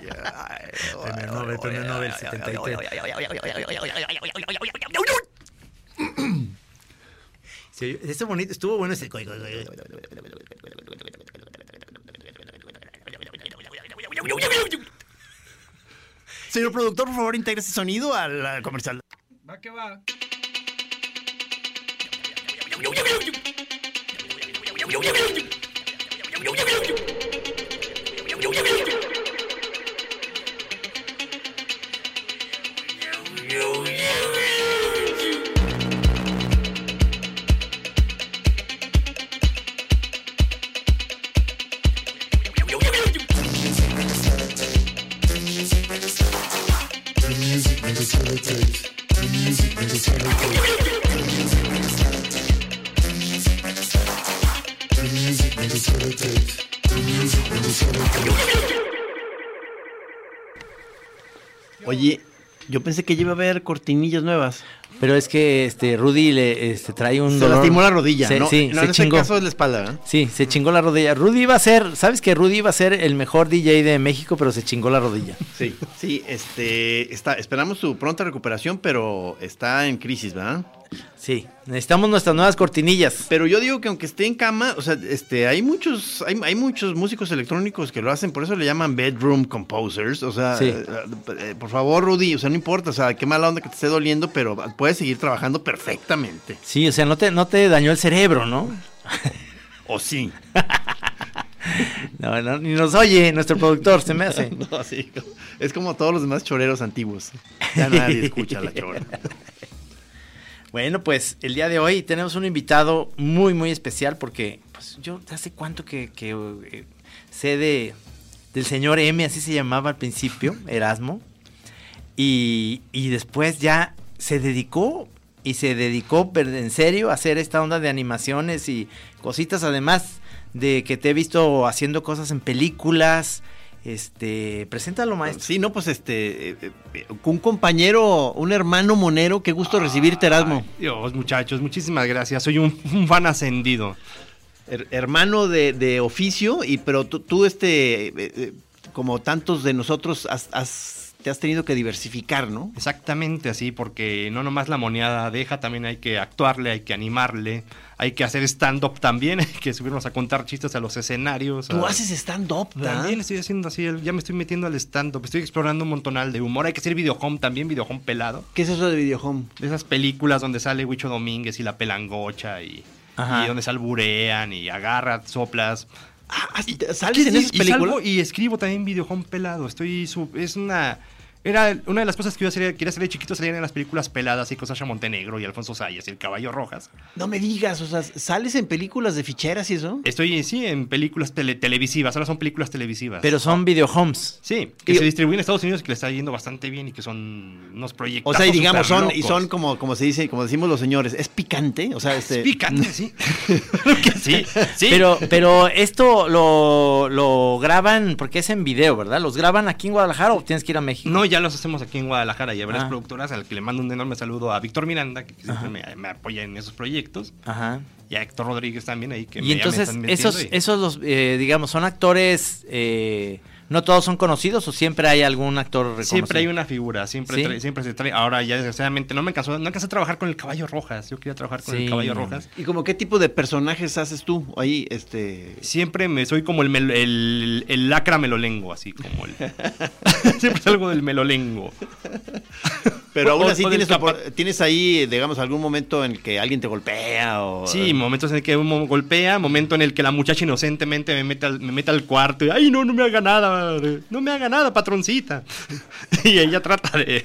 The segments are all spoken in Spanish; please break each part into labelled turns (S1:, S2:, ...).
S1: Tener Nobel, premio Nobel 73. Se oyó- estuvo bonito, estuvo bueno ese. coi, coi, coi. Señor productor, por favor, integra ese sonido al al comercial.
S2: Va que va.
S1: Oye, yo pensé que ya iba a haber cortinillas nuevas.
S3: Pero es que este Rudy le este, trae un
S1: Se
S3: dolor.
S1: lastimó la rodilla,
S3: Se-
S1: ¿no?
S3: Sí,
S1: no
S3: se
S1: en
S3: chingó.
S1: este caso es la espalda, ¿verdad?
S3: Sí, se chingó la rodilla. Rudy iba a ser, ¿sabes que Rudy iba a ser el mejor DJ de México, pero se chingó la rodilla.
S1: Sí, sí, este, está, esperamos su pronta recuperación, pero está en crisis, ¿verdad?
S3: Sí, necesitamos nuestras nuevas cortinillas.
S1: Pero yo digo que aunque esté en cama, o sea, este, hay muchos, hay, hay muchos músicos electrónicos que lo hacen, por eso le llaman bedroom composers, o sea,
S3: Sí.
S1: eh, eh, por favor, Rudy, o sea, no importa, o sea, qué mala onda que te esté doliendo, pero puedes seguir trabajando perfectamente,
S3: Sí, o sea, no te, no te dañó el cerebro, ¿no?
S1: o sí.
S3: No, no, ni nos oye nuestro productor, se me hace.
S1: No, sí, es como todos los demás choreros antiguos, ya nadie escucha la chora.
S3: Bueno, pues el día de hoy tenemos un invitado muy, muy especial porque pues, yo hace cuánto que, que, eh, sé de, del señor M, así se llamaba al principio, Erasmo, y, y después ya se dedicó y se dedicó pero en serio a hacer esta onda de animaciones y cositas, además de que te he visto haciendo cosas en películas. Este, preséntalo, maestro.
S1: Sí, no, pues este, eh, eh, un compañero, un hermano monero, qué gusto recibirte, Erasmo.
S2: Dios, muchachos, muchísimas gracias. Soy un, un fan ascendido.
S1: Her- hermano de, de oficio, y pero tú, tú, este, eh, eh, como tantos de nosotros, has- has- te has tenido que diversificar, ¿no?
S2: Exactamente así, porque no nomás la moneada deja, también hay que actuarle, hay que animarle, hay que hacer stand-up también, hay que subirnos a contar chistes a los escenarios.
S1: Tú
S2: a-
S1: haces stand-up, ¿verdad?
S2: También estoy haciendo así, el- ya me estoy metiendo al stand-up, estoy explorando un montonal de humor. Hay que hacer videohome también, videohome pelado.
S1: ¿Qué es eso de videohome?
S2: De esas películas donde sale Huicho Domínguez y la pelangocha y,
S3: Ajá.
S2: y donde se alburean y agarra, soplas.
S1: Ah,
S2: Y-
S1: ¿Sales
S2: y-
S1: en esas
S2: y
S1: películas?
S2: salgo y escribo también videohome pelado. Estoy sub- es una era una de las cosas que yo hacía- quería hacer de chiquito salían en las películas peladas y con Sasha Montenegro y Alfonso Sayas y el Caballo Rojas.
S1: No me digas, o sea, ¿sales en películas de ficheras y eso?
S2: Estoy sí en películas tele- televisivas, ahora son películas televisivas.
S3: Pero son videohomes.
S2: sí, que
S1: Y-
S2: se distribuyen en Estados Unidos y que le está yendo bastante bien y que son unos proyectos.
S1: O sea, y digamos, son, y son como, como se dice, como decimos los señores, es picante, o sea, este...
S2: picante, sí. Claro que sí, sí.
S3: Pero, pero esto lo, lo graban porque es en video, ¿verdad? ¿Los graban aquí en Guadalajara o tienes que ir a México?
S2: No, ya los hacemos aquí en Guadalajara y a varias
S3: Ah.
S2: productoras al que le mando un enorme saludo a Víctor Miranda, que siempre me, me apoya en esos proyectos,
S3: Ajá.
S2: y a Héctor Rodríguez también ahí que me-
S3: Y
S2: ya me
S3: entonces,
S2: están metiendo
S3: esos,
S2: y-
S3: esos los, eh, digamos, son actores, eh, no todos son conocidos o siempre hay algún actor reconocido.
S2: Siempre hay una figura, siempre,
S3: ¿Sí?
S2: trae- siempre se trae. Ahora ya desgraciadamente no me alcanzó, no alcancé a trabajar con el caballo rojas. Yo quería trabajar con
S3: Sí.
S2: el caballo rojas.
S1: ¿Y como qué tipo de personajes haces tú ahí, este...?
S2: Siempre me soy como el, mel- el, el lacra melolengo, así como el. siempre salgo del melolengo.
S1: Pero
S2: O-
S1: aún
S2: o-
S1: así
S2: o del
S1: tienes,
S2: capa-
S1: opor- tienes ahí, digamos, algún momento en el que alguien te golpea o...
S2: Sí, momentos en el que uno golpea, momento en el que la muchacha inocentemente me mete al, me mete al cuarto y, ay, no, no me haga nada, madre, no me haga nada, patroncita. y ella trata de,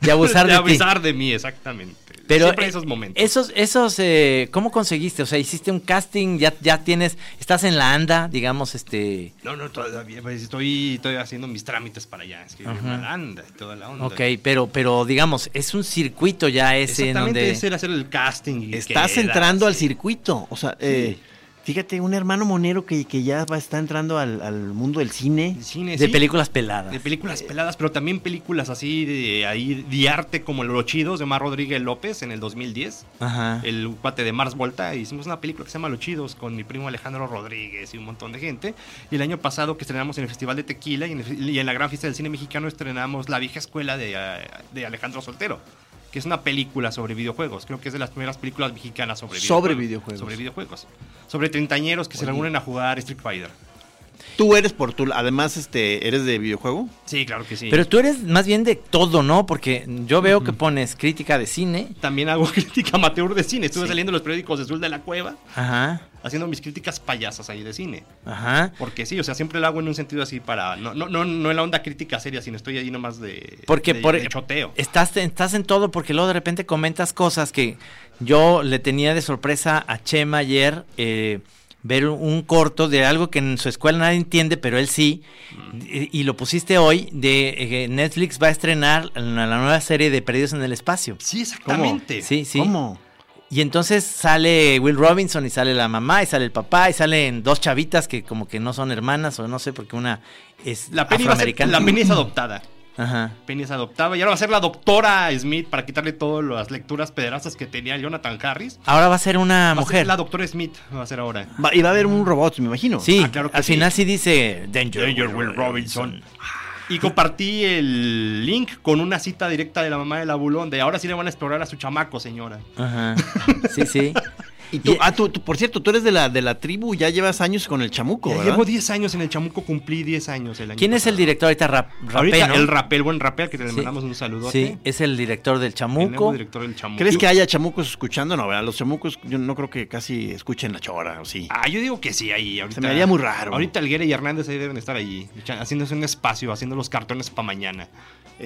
S3: De abusar de ti.
S2: abusar de mí, exactamente.
S3: Pero
S2: Siempre hay
S3: eh,
S2: esos momentos.
S3: Esos, esos, eh, ¿cómo conseguiste? O sea, hiciste un casting, ya, ya tienes, estás en la anda, digamos, este.
S2: No, no, todavía. pues, estoy, estoy haciendo mis trámites para allá. Es que una anda y toda la onda.
S3: Ok, pero, pero digamos, es un circuito ya ese en
S2: Exactamente,
S3: donde.
S2: es el hacer el casting. y
S1: Estás
S2: quedas,
S1: entrando al
S2: sí.
S1: circuito. O sea, eh, fíjate, un hermano monero que, que ya va, está entrando al, al mundo del cine.
S2: El cine,
S3: de
S2: Eh, sí.
S3: películas peladas.
S2: De películas peladas, pero también películas así de ahí de arte como Los Chidos de Mar Rodríguez López en el 2010.
S3: Ajá.
S2: El cuate de Mars Volta. Hicimos una película que se llama Los Chidos con mi primo Alejandro Rodríguez y un montón de gente. Y el año pasado que estrenamos en el Festival de Tequila y en, el- y en la Gran Fiesta del Cine Mexicano estrenamos La Vieja Escuela de, eh, de Alejandro Soltero. Que es una película sobre videojuegos. Creo que es de las primeras películas mexicanas sobre videojuegos.
S1: Sobre videojuegos.
S2: Sobre videojuegos. Sobre treintañeros que se reúnen a jugar Street Fighter.
S1: Tú eres por tu. Además, este, eres de videojuego.
S2: Sí, claro que sí.
S3: Pero tú eres más bien de todo, ¿no? Porque yo veo que pones crítica de cine.
S2: También hago crítica amateur de cine. Estuve
S3: Sí.
S2: saliendo en los periódicos de Azul de la Cueva
S3: Ajá.
S2: haciendo mis críticas payasas ahí de cine.
S3: Ajá.
S2: Porque sí, o sea, siempre lo hago en un sentido así para. No, no, no, no en la onda crítica seria, sino estoy ahí nomás de.
S3: Porque
S2: de-
S3: por,
S2: de choteo.
S3: Estás, estás en todo porque luego de repente comentas cosas que yo le tenía de sorpresa a Chema ayer eh, ver un, un corto de algo que en su escuela nadie entiende, pero él sí. Y, y lo pusiste hoy de eh, Netflix va a estrenar la, la nueva serie de Perdidos en el Espacio.
S2: Sí, exactamente.
S3: Sí, sí.
S1: ¿Cómo?
S3: Y entonces sale Will Robinson y sale la mamá y sale el papá y salen dos chavitas que como que no son hermanas o no sé porque una es
S2: La Penny, va a ser-
S3: afroamericana.
S2: la Penny es adoptada.
S3: Ajá.
S2: Penny es adoptada. Y ahora va a ser la doctora Smith para quitarle todas las lecturas pederastas que tenía Jonathan Harris.
S3: Ahora va a ser una
S2: Va a ser
S3: mujer.
S2: La doctora Smith va a ser ahora.
S1: Va- y va a haber un robot, me imagino.
S3: Sí,
S2: Ah, claro que
S3: al
S2: sí.
S3: final sí dice Danger,
S2: Danger Will Robinson. Y compartí el link con una cita directa de la mamá del abulón de ahora sí le van a explorar a su chamaco, señora.
S3: Ajá. Sí, sí.
S1: Y tú,
S3: Y-
S1: ah, tú, tú, por cierto, tú eres de la, de la tribu, ya llevas años con el chamuco,
S2: Ya
S1: ¿verdad?
S2: llevo 10 años en el chamuco, cumplí 10 años el año
S3: ¿Quién es el
S2: pasado.
S3: director ahorita? Rap,
S2: Ahorita
S3: Rapé, ¿no?
S2: el rapel, buen rapel, que te le
S3: Sí.
S2: mandamos un saludo.
S3: Sí, es el director del
S2: el nuevo
S3: Chamuco.
S2: director del chamuco.
S1: ¿Crees que haya chamucos escuchando? No, ¿verdad? Los chamucos, yo no creo que casi escuchen la chora, o sí.
S2: Ah, yo digo que sí, ahí. Ahorita,
S1: Se me haría muy raro.
S2: Ahorita Alguera y Hernández ahí deben estar allí, echa- haciéndose un espacio, haciendo los cartones para mañana.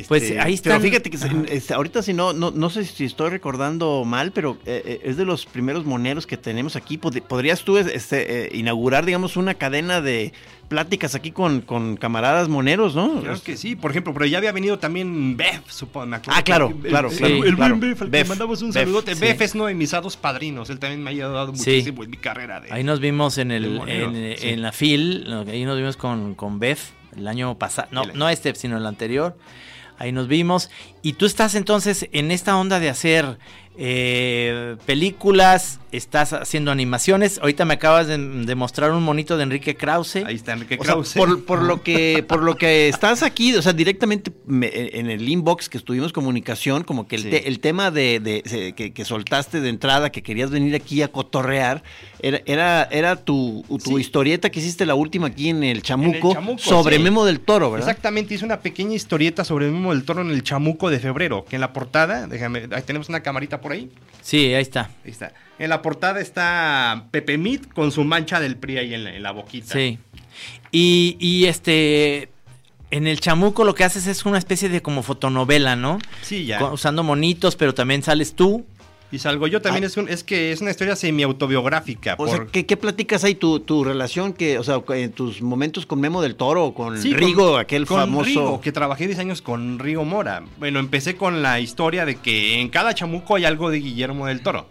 S3: pues,
S1: Este,
S3: ahí
S1: Pero
S3: están-
S1: fíjate que se-
S3: Ajá.
S1: este, ahorita si no, no, no sé si estoy recordando mal, pero eh, eh, es de los primeros moneros que tenemos aquí. Pod- ¿Podrías tú este, eh, inaugurar, digamos, una cadena de pláticas aquí con, con camaradas moneros, no?
S2: Claro que sí, por ejemplo, pero ya había venido también Bef, supongo. me acuerdo
S1: Ah, claro,
S2: que-
S1: claro,
S2: el,
S3: claro,
S2: El, el
S1: claro.
S2: buen Bef, al que
S1: Bef,
S2: mandamos un
S1: Bef,
S2: saludote.
S1: sí.
S2: Bef es uno de mis hados padrinos, él también me ha ayudado
S3: Sí.
S2: muchísimo en mi carrera. De,
S3: Ahí nos vimos en
S2: El
S3: el,
S2: Monero,
S3: en,
S2: sí.
S3: en la FIL, ¿no? ahí nos vimos con, con Beth el año pasado, no,
S2: El año.
S3: no este, sino el anterior. Ahí nos vimos. Y tú estás entonces en esta onda de hacer eh, películas, estás haciendo animaciones. Ahorita me acabas de, de mostrar un monito de Enrique Krause.
S2: Ahí está Enrique
S1: O sea,
S2: Krause.
S1: por, por lo que, por lo que estás aquí, o sea, directamente me- en el inbox que estuvimos comunicación, como que el,
S2: Sí.
S1: te- el tema de, de- se- que, que soltaste de entrada, que querías venir aquí a cotorrear, era, era, era tu, tu
S2: Sí.
S1: historieta que hiciste la última aquí en el Chamuco,
S2: Chamuco,
S1: sobre
S2: sí.
S1: Memo del Toro, ¿verdad?
S2: Exactamente, hice una pequeña historieta sobre el mismo del toro en el chamuco de febrero, que en la portada, déjame, ahí tenemos una camarita por ahí,
S3: Sí, ahí está.
S2: ahí está. En la portada está Pepe Mit con su mancha del PRI ahí en la, en la boquita.
S3: Sí. Y, y, este. En el chamuco lo que haces es una especie de como fotonovela, ¿no?
S2: Sí, ya.
S3: Con- usando monitos, pero también sales tú.
S2: Y salgo yo
S3: Ah.
S2: también, es, un- es que es una historia semi-autobiográfica.
S1: O sea,
S2: por-
S1: ¿qué, qué platicas ahí tu, tu relación, que, o sea, en tus momentos con Memo del Toro o con
S2: Sí, con-
S1: Rigo, aquel
S2: con
S1: famoso...
S2: Rigo, que trabajé 10 años con Rigo Mora. Bueno, empecé con la historia de que en cada chamuco hay algo de Guillermo del Toro.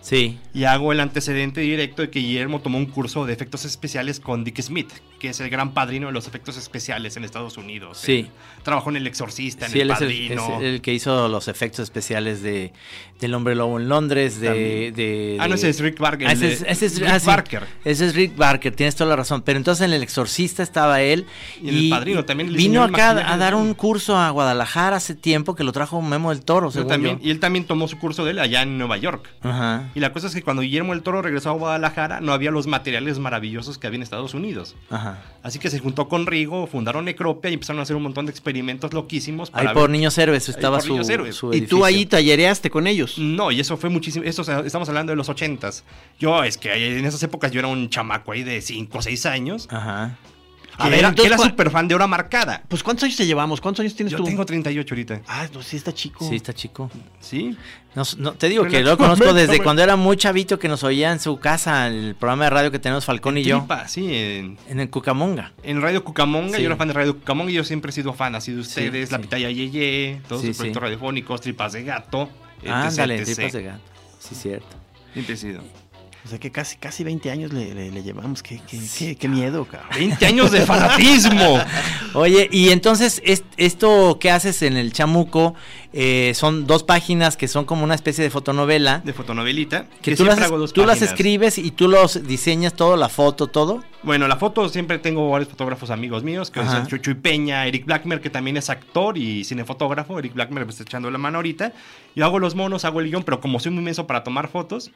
S3: Sí.
S2: Y hago el antecedente directo de que Guillermo tomó un curso de efectos especiales con Dick Smith, que es el gran padrino de los efectos especiales en Estados Unidos.
S3: Sí.
S2: Él trabajó en El Exorcista, en
S3: Sí,
S2: El
S3: él es el,
S2: Padrino.
S3: es el que hizo los efectos especiales de del Hombre Lobo en Londres, de,
S2: También.
S3: de-
S2: Ah, no, ese es Rick Barker,
S3: Ah,
S2: el
S3: ese es,
S2: de-
S3: ese es-
S2: Rick
S3: ah, sí.
S2: Barker.
S3: Ese es Rick Barker, tienes toda la razón. Pero entonces en El Exorcista estaba él.
S2: Y en El Padrino también le
S3: Vino
S2: diseñó el
S3: acá
S2: maquillaje.
S3: a dar un curso a Guadalajara hace tiempo que lo trajo Memo del Toro,
S2: Yo
S3: según
S2: también-
S3: yo.
S2: y él también tomó su curso de él allá en Nueva York.
S3: Ajá,
S2: Y la cosa es que cuando Guillermo el Toro regresó a Guadalajara no había los materiales maravillosos que había en Estados Unidos.
S3: ajá.
S2: Así que se juntó con Rigo, fundaron Necropia y empezaron a hacer un montón de experimentos loquísimos.
S3: Ahí
S2: para
S3: por
S2: ver-
S3: Niños Héroes
S2: Ahí
S3: estaba
S2: por
S3: su,
S2: Niños Héroes.
S3: su
S1: Y tú
S3: edificio.
S1: ahí tallereaste con ellos.
S2: No, y eso fue muchísimo. Eso, o sea, estamos hablando de los ochentas. Yo, es que en esas épocas yo era un chamaco ahí de 5 o 6 años.
S3: Ajá.
S2: A ver, que era súper fan de hora marcada.
S1: Pues ¿cuántos años te llevamos? ¿Cuántos años tienes
S2: Yo
S1: tú?
S2: tengo 38 ahorita.
S1: Ah, no, sí está chico.
S3: Sí, está chico.
S2: ¿Sí?
S3: No, no, te digo que
S2: Relájame,
S3: lo conozco desde
S2: relájame.
S3: cuando era muy chavito que nos oía en su casa el programa de radio que tenemos Falcón y yo.
S2: Tripa, sí, en,
S3: En el Cucamonga.
S2: en Radio Cucamonga.
S3: Sí.
S2: Yo era fan de Radio Cucamonga y yo siempre he sido fan así de ustedes.
S3: Sí,
S2: la
S3: sí.
S2: pitaya Yeye, todos
S3: Sí,
S2: sus proyectos
S3: sí.
S2: radiofónicos, Tripas de Gato. etc,
S3: Ándale,
S2: etc..
S3: tripas de gato. Sí, cierto.
S2: Siempre he sido.
S1: O sea que casi, casi 20 años le, le- le llevamos. Qué, qué, qué- qué miedo, cabrón.
S2: 20 años de fanatismo.
S3: Oye, y entonces est- esto que haces en el Chamuco eh, son dos páginas que son como una especie de fotonovela.
S2: De fotonovelita.
S3: Que tú, las,
S2: siempre
S3: es-
S2: hago dos
S3: tú las
S2: páginas.
S3: escribes y tú los diseñas todo, la foto, todo.
S2: Bueno, la foto siempre tengo varios fotógrafos amigos míos, que
S3: Ajá.
S2: son Chuchuy Peña, Eric Blackmer, que también es actor y cinefotógrafo. Eric Blackmer me está echando la mano ahorita. Yo hago los monos, hago el guión, pero como soy muy menso para tomar fotos,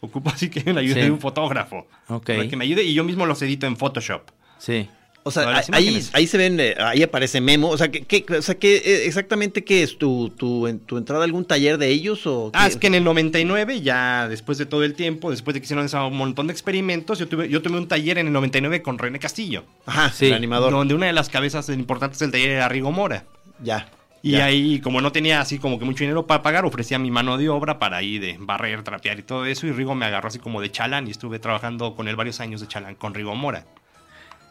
S2: ocupo así que la ayuda
S3: Sí.
S2: de un fotógrafo.
S3: Ok.
S2: Para que me ayude y yo mismo los edito en Photoshop.
S3: Sí.
S1: O
S2: No,
S1: sea,
S2: las
S1: ahí,
S2: imágenes.
S1: ahí se ven, eh, ahí aparece Memo. O sea, ¿qué, qué- o sea, ¿qué, eh, exactamente qué es tu, tu, en- tu entrada a algún taller de ellos? O
S2: Ah,
S1: qué?
S2: es que en el 99, ya después de todo el tiempo, después de que hicieron ese montón de experimentos, yo tuve, yo tuve un taller en el 99 con René Castillo,
S1: Ajá,
S3: Sí.
S1: el animador.
S2: donde una de las cabezas importantes del taller era Rigo Mora.
S1: Ya.
S2: Y
S1: ya.
S2: ahí, como no tenía así como que mucho dinero para pagar, ofrecía mi mano de obra para ahí de barrer, trapear y todo eso. Y Rigo me agarró así como de chalán y estuve trabajando con él varios años de chalán con Rigo Mora.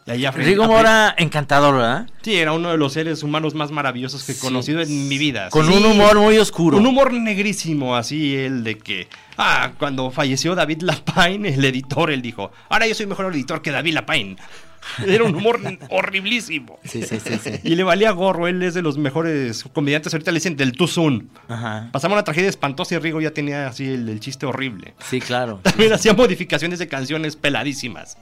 S2: Y ahí aprendí-
S3: Rigo Mora, encantador, ¿verdad?
S2: Sí, era uno de los seres humanos más maravillosos que he
S3: Sí.
S2: conocido en mi vida.
S3: Con
S2: Ah, Sí.
S3: un humor muy oscuro.
S2: Un humor negrísimo, así el de que. Ah, cuando falleció David Lapine, el editor, él dijo: Ahora yo soy mejor editor que David Lapine. Era un humor horriblísimo.
S3: Sí, sí, sí, sí.
S2: Y le valía gorro, él es de los mejores comediantes. Ahorita le dicen del Tuzun.
S3: Ajá.
S2: Pasamos una tragedia espantosa y Rigo ya tenía así el, el chiste horrible.
S3: Sí, claro.
S2: También hacía modificaciones de canciones peladísimas.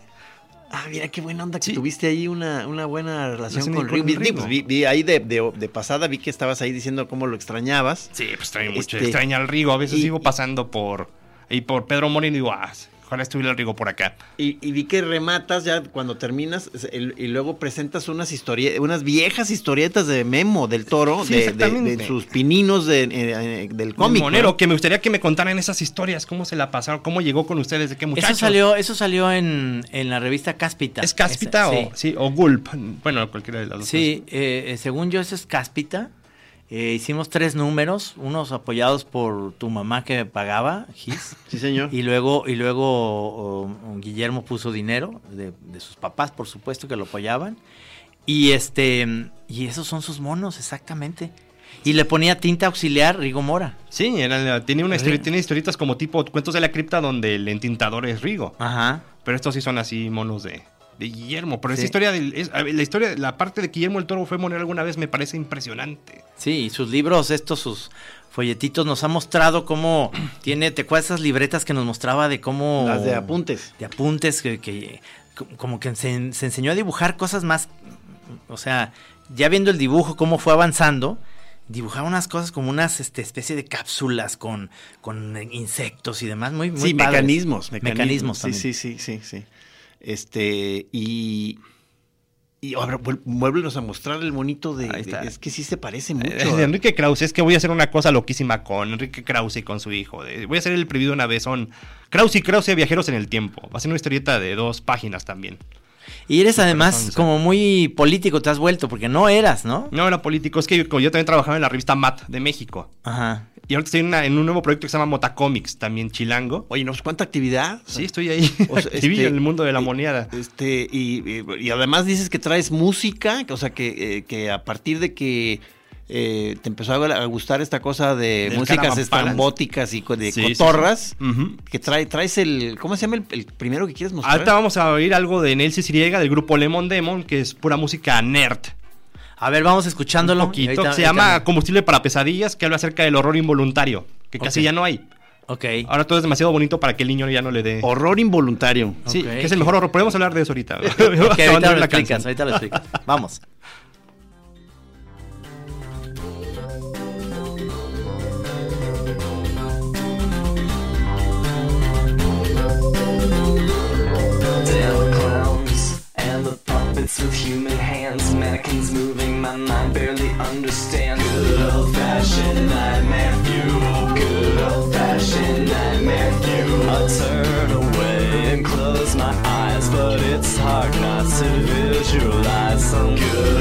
S1: Ah, mira qué buena onda que
S2: Sí.
S1: tuviste ahí una, una buena relación
S2: Relación
S1: con
S2: con
S1: Rigo. Vi,
S2: Rigo.
S1: digo, vi- vi ahí de, de- de pasada, vi que estabas ahí diciendo cómo lo extrañabas.
S2: Sí, pues trae mucho.
S1: Este,
S2: Extraña al Rigo. A veces
S1: y-
S2: sigo pasando por. Y por Pedro Moreno y digo, ah, ojalá estuviera el Rigo por acá.
S1: Y, y vi que rematas ya cuando terminas es- el- y luego presentas unas historietas, unas viejas historietas de Memo del Toro,
S2: Sí,
S1: de, de-
S2: exactamente.
S1: de sus pininos de- eh, eh, del
S2: Cómic,
S1: cómic.
S2: Monero,
S1: ¿no?
S2: que me gustaría que me contaran esas historias, cómo se la pasaron, cómo llegó con ustedes, de qué muchachos.
S3: Eso salió, eso salió en, en la revista Cáspita.
S2: ¿Es Cáspita
S3: Esa-
S2: o, sí, o Gulp? Bueno, cualquiera de las dos.
S3: Sí, eh, eh, según yo eso es cáspita. Eh, hicimos tres números, unos apoyados por tu mamá que me pagaba, Gis,
S1: Sí, señor.
S3: y luego, y luego um, Guillermo puso dinero de, de sus papás, por supuesto, que lo apoyaban. Y este, y esos son sus monos, exactamente. Y le ponía tinta auxiliar Rigo Mora.
S2: Sí, era la- tiene, una historia,
S3: Sí.
S2: tiene historietas como tipo Cuentos de la Cripta donde el entintador es Rigo.
S3: Ajá.
S2: Pero estos sí son así monos de, de Guillermo. Pero
S3: Sí.
S2: esa historia, del, es- a ver, la historia, la parte de Guillermo el Toro fue Monero alguna vez me parece impresionante.
S3: Sí, y sus libros, estos, sus folletitos, nos ha mostrado cómo tiene, ¿te acuerdas esas libretas que nos mostraba de cómo...
S1: Las de apuntes.
S3: de apuntes que, que- co- como que se, en- se enseñó a dibujar cosas más, o sea, ya viendo el dibujo cómo fue avanzando, dibujaba unas cosas como unas este, especie de cápsulas con, con insectos y demás, muy, muy
S1: sí,
S3: padres.
S1: mecanismos,
S3: Mecanismos
S1: Sí,
S3: también.
S1: sí, sí, sí, sí. Este, y. Y ahora vuel- vuélvenos a mostrar el monito de,
S2: Ahí está.
S1: de- Es que sí se parece mucho.
S2: Eh, de Enrique Krause, es que voy a hacer una cosa loquísima con Enrique Krause y con su hijo. de- voy a hacer el preview de una vez. Son Krause y Krause, viajeros en el tiempo. Va a ser una historieta de dos páginas también.
S3: Y eres además
S2: Supersónica.
S3: como muy político, te has vuelto, porque no eras, ¿no?
S2: No era político, es que yo, como yo también trabajaba en la revista MAT de México.
S3: Ajá.
S2: Y ahorita estoy en, una- en un nuevo proyecto que se llama Motacomics, también chilango.
S1: Oye, nos cuánta actividad.
S2: Sí, estoy ahí.
S1: O sea,
S2: activillo
S1: este,
S2: en el mundo de la
S1: y-
S2: moneda.
S1: Este, y, y- y además dices que traes música, que- o sea, que, eh, que a partir de que eh, te empezó a a gustar esta cosa de
S2: Del
S1: músicas
S2: Caravan
S1: estrambóticas y co- de
S2: Sí, Mm. sí, sí.
S1: cotorras,
S2: Ujú.
S1: que trae, traes el, ¿cómo se llama el, el primero que quieres mostrar?
S2: Ahorita vamos a oír algo de Nelson Siriega del grupo Lemon Demon, que es pura música nerd.
S3: A ver, vamos
S2: Un
S3: escuchándolo. y
S2: poquito.
S3: ahorita-
S2: se
S3: ahorita-
S2: llama Combustible para Pesadillas, que habla acerca del horror involuntario, que casi
S3: Ok.
S2: ya no hay.
S3: Ok.
S2: Ahora todo es demasiado bonito para que el niño ya no le dé.
S1: Horror involuntario.
S2: Sí,
S3: Ok.
S2: que es el mejor horror. Podemos hablar de eso ahorita.
S3: Ok, ahorita lo
S2: Abandona la
S3: explicas,
S2: canción.
S3: ahorita lo explicas. Vamos.
S4: Dead clowns and the puppets with human hands, mannequins moving. My mind barely understands. Good old fashioned nightmare fuel. Good old fashioned nightmare fuel. I turn away and close my eyes, but it's hard not to visualize.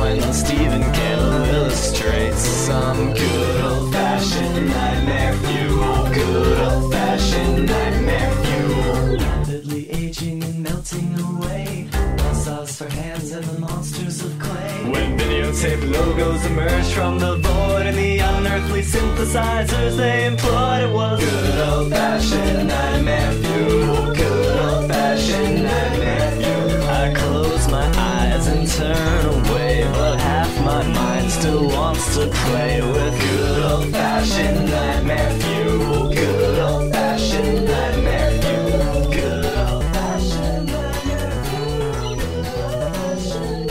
S4: when Stephen Caleb illustrates some good old fashioned nightmare fuel. Good old fashioned nightmare fuel. Rapidly aging and melting away. Sauce for hands and the monsters of clay. When videotape logos emerge from the void and the unearthly synthesizers they employed, it was good old fashioned nightmare fuel. Good old fashioned nightmare fuel. I close my eyes and turn away, but half my mind still wants to play with good old fashioned nightmare fuel. Good old fashioned nightmare fuel. Good old fashioned nightmare fuel. Good old fashioned nightmare fuel.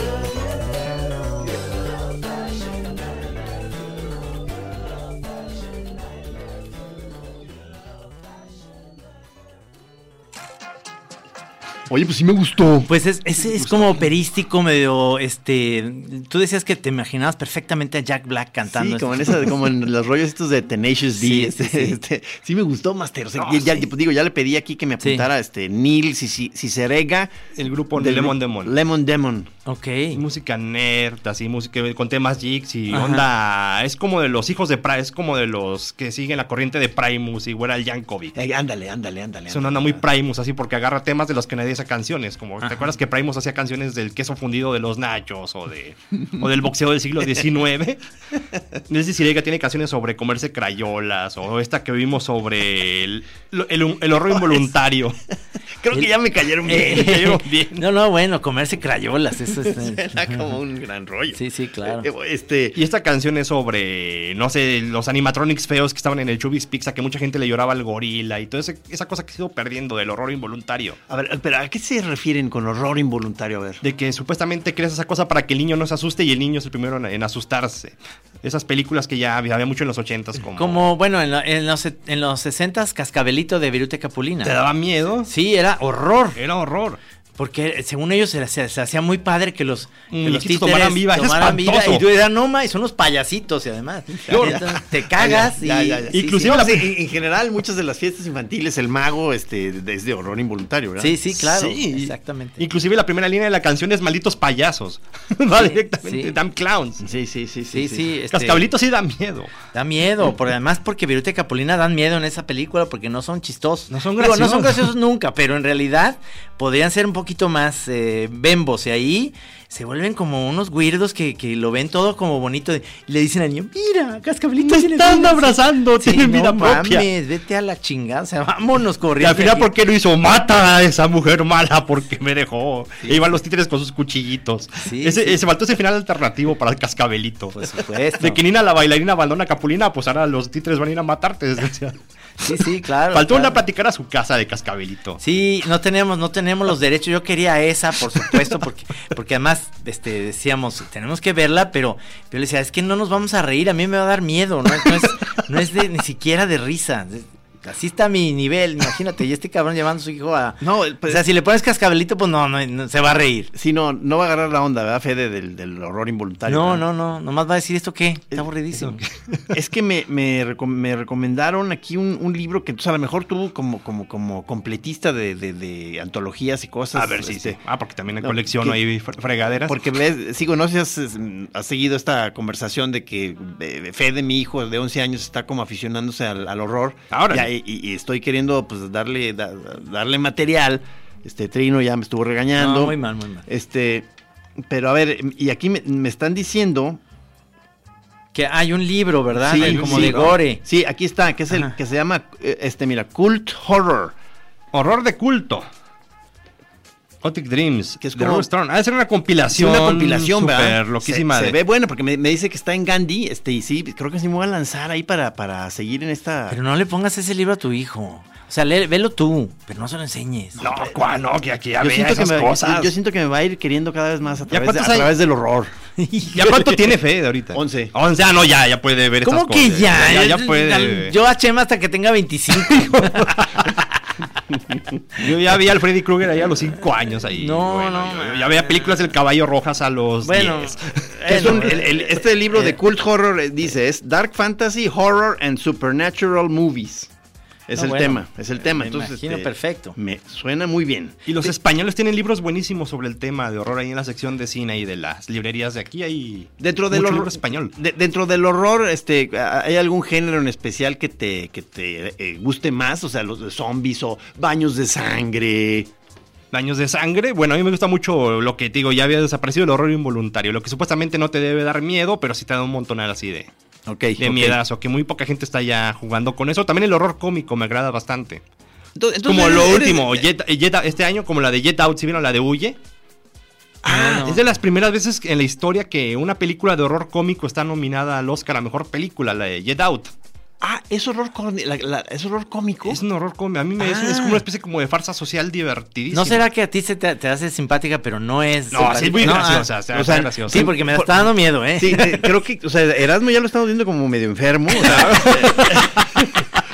S4: Good old fashioned nightmare fuel. Good old fashioned nightmare fuel. Good old fashioned
S1: Oye, pues sí me gustó.
S3: Pues es, es, es como operístico, medio, este, tú decías que te imaginabas perfectamente a Jack Black cantando.
S1: Sí, como en,
S3: esto.
S1: esa, como en los rollos estos de Tenacious D.
S3: Sí,
S1: este,
S3: sí, sí.
S1: este, sí me gustó, Master. O sea,
S2: No,
S1: ya- ya-
S2: sí.
S1: pues digo, ya le pedí aquí que me
S3: Sí.
S1: apuntara este, Neil Cici- Cicerega.
S2: El grupo
S1: del-
S2: Lemon Demon.
S1: Lemon Demon.
S3: Ok.
S2: música nerd, así, música con temas geeks y
S3: Ajá.
S2: onda. Es como de los hijos de Primus, es como de los que siguen la corriente de Primus, igual al Yankovic.
S1: Eh, ándale, ándale, ándale. Ah.
S2: Es una onda muy Primus, así, porque agarra temas de los que nadie hace canciones. Como, ¿te acuerdas que Primus hacía canciones del queso fundido de los nachos o, de, o del boxeo del siglo XIX? Nelson Sirega tiene canciones sobre comerse crayolas o esta que vimos sobre el, el- el horror involuntario.
S1: Oh, Creo que ya me cayeron bien.
S3: Eh,
S1: me cayeron bien.
S3: No, no, bueno, comerse crayolas, eso es. eh,
S1: Era como un gran rollo.
S3: Sí, sí, claro.
S1: Eh, eh, Este,
S2: Y esta canción es sobre, no sé, los animatronics feos que estaban en el Chubby's Pizza, que mucha gente le lloraba al gorila y toda ese- esa cosa que se ido perdiendo del horror involuntario.
S1: a ver, pero ¿a qué se refieren con horror involuntario? A ver.
S2: De que supuestamente creas esa cosa para que el niño no se asuste y el niño es el primero en, en asustarse. Esas películas que ya había, había mucho en los ochentas, como,
S3: Como, bueno, en, lo- en los, en los 60 Cascabelito de Virute Capulina.
S2: te daba miedo.
S3: Sí, era horror.
S2: Era horror.
S3: Porque eh, según ellos se, se- se hacía muy padre que los, que los
S2: Muñequitos
S3: títeres
S2: tomaran vida, es
S3: tomaran vida
S2: espantoso.
S3: y tú eras no ma, y son unos payasitos y además.
S1: Yo-
S3: Entonces, te cagas
S1: Ya,
S3: y
S1: ya, ya.
S3: sí,
S2: Inclusive
S3: sí.
S2: la-
S1: Sí, en, en general, muchas de las fiestas infantiles, el mago este, es de horror involuntario, ¿verdad?
S3: Sí, sí, claro,
S2: Sí.
S3: exactamente.
S2: Inclusive la primera línea de la canción es malditos payasos. Va
S3: Sí,
S2: directamente,
S3: sí.
S2: damn clowns.
S1: Sí, sí, sí.
S3: sí, sí, este,
S2: Cascabelitos sí da miedo.
S3: da miedo, porque además porque Viruta y Capulina dan miedo en esa película porque no son chistosos.
S2: No son
S3: Digo, no son
S2: graciosos.
S3: graciosos nunca, pero en realidad podrían ser un poquito más eh, bembos y ahí se vuelven como unos weirdos que, que lo ven todo como bonito y le dicen al niño, mira, Cascabelito
S2: Te
S3: tiene
S2: están
S3: vida".
S2: abrazando,
S3: Sí,
S2: tienen
S3: no
S2: vida propia.
S3: mames, vete a la chingada, o sea, vámonos
S2: Y
S3: corriendo.
S2: al final,
S3: aquí.
S2: ¿por qué lo hizo? Mata a esa mujer mala porque me dejó. E iban los títeres con sus cuchillitos.
S3: Sí,
S2: ese,
S3: sí.
S2: ese faltó ese final alternativo para el cascabelito.
S1: Pues,
S3: Por supuesto.
S2: De que Nina la bailarina abandona a Capulina, pues ahora los títeres van a ir a matarte. decía.
S3: Sí, sí, claro.
S2: Faltó
S3: claro.
S2: una platicar a su casa de cascabelito.
S3: Sí, no tenemos, no tenemos los derechos. Yo quería esa, por supuesto, porque, porque además, este, decíamos, tenemos que verla, pero yo le decía, es que no nos vamos a reír, a mí me va a dar miedo, no, no es, no es de, ni siquiera de risa. Así está mi nivel, imagínate, y este cabrón llevando a su hijo a.
S1: No, eh, pues, el-
S3: o sea, si le pones cascabelito, pues no, no, no, se va a reír.
S1: Sí, no, no va a agarrar la onda, ¿verdad, Fede, del, del horror involuntario?
S3: No,
S1: ¿verdad?
S3: no, no, nomás va a decir esto qué, está aburridísimo.
S1: Es que me, me, recom- me recomendaron aquí un, un libro que entonces a lo mejor tuvo como, como, como completista de, de- de antologías y cosas.
S2: A ver si
S1: este,
S2: sí. Ah, porque también
S1: No,
S2: colecciono
S1: que-
S2: ahí fre- fregaderas.
S1: Porque ves, sigo, no sé si has, mm, has seguido esta conversación de que eh, Fede, mi hijo de 11 años, está como aficionándose al, al horror.
S2: Ahora.
S1: Ya, y, y- y estoy queriendo pues darle, da- darle material. Este Trino ya me estuvo regañando.
S3: No, muy mal, muy mal.
S1: Este, pero a ver, y aquí me, me están diciendo.
S3: Que hay un libro, ¿verdad?
S1: Sí,
S3: Hay como
S1: sí.
S3: de gore.
S1: Sí, aquí está, que es el
S3: Ajá.
S1: que se llama, eh, este, mira, Cult Horror.
S2: Horror de culto. Gothic Dreams.
S1: Que es
S2: The
S1: como-
S2: Rolling Stone. Ha de ser una
S1: Sí,
S2: compilación.
S1: una compilación,
S2: súper
S1: ¿verdad? Se-
S2: loquísima.
S1: Se,
S2: de-
S1: ve bueno porque me, me dice que está en Gandhi, este, y sí, creo que sí me voy a lanzar ahí para, para seguir en esta.
S3: Pero no le pongas ese libro a tu hijo. O sea, lé- velo tú, pero no se lo enseñes.
S2: No, cuál, no, que aquí ya
S1: yo,
S2: vea
S1: siento que
S2: esas
S1: me,
S2: cosas.
S1: yo- yo siento que me va a ir queriendo cada vez más a través, de- a
S2: cuántos hay?
S1: través del horror.
S2: ¿Ya cuánto tiene fe de ahorita?
S1: Once.
S2: 11, ah, no, ya, ya puede ver
S3: ¿Cómo
S2: estas
S3: que
S2: cosas.
S3: ya?
S2: Ya, ya
S3: Yo-
S2: puede. Yo,
S3: Yo a Chema hasta que tenga 25.
S2: ya vi al Freddy Krueger ahí a los 5 años ahí.
S3: No,
S2: Bueno,
S3: no,
S2: yo-
S3: man.
S2: ya veía películas del caballo rojas a los
S3: bueno,
S2: 10.
S1: Es
S3: bueno,
S1: un- el- el- este libro de
S3: eh,
S1: Cult Horror eh, dice, es Dark Fantasy, Horror and Supernatural Movies. Es
S3: No,
S1: el
S3: bueno,
S1: tema, es el tema.
S3: me
S1: Entonces,
S3: imagino perfecto.
S1: Me suena muy bien.
S2: este, Y los españoles tienen libros buenísimos sobre el tema de horror ahí en la sección de cine y de las librerías de aquí. Hay
S1: Dentro del
S2: mucho
S1: horror
S2: libro español.
S1: de- dentro del horror, este, ¿hay algún género en especial que te, que te eh, guste más? O sea, los de zombies o baños de sangre.
S2: Daños de sangre. Bueno, a mí me gusta mucho lo que te digo, ya había desaparecido el horror involuntario. Lo que supuestamente no te debe dar miedo, pero sí te da un montonal así de,
S1: Ok.
S2: de
S1: ok.
S2: miedazo, que muy poca gente está ya jugando con eso. También el horror cómico me agrada bastante.
S1: Entonces-
S2: como
S1: entonces
S2: lo
S1: eres-
S2: último, Jet- Jet- este año, como la de Jet Out, si vieron la de Huye.
S1: Ah,
S2: Es de las primeras veces en la historia que una película de horror cómico está nominada al Oscar a mejor película, la de Jet Out.
S1: ah, es horror, con- la- la- es horror cómico.
S2: Es un horror cómico. A mí me es,
S1: Ah.
S2: es como una especie como de farsa social divertidísima.
S3: ¿No será que a ti se te, te hace simpática, pero no es.
S2: No, sí, es muy
S3: simpática? No, ah,
S2: graciosa. o sea,
S1: o
S2: está
S1: sea,
S2: graciosa.
S3: Sí, porque me
S1: Por-
S3: está dando miedo, ¿eh?
S1: Sí, eh, creo que, o sea, Erasmo ya lo estamos viendo como medio enfermo. o sea,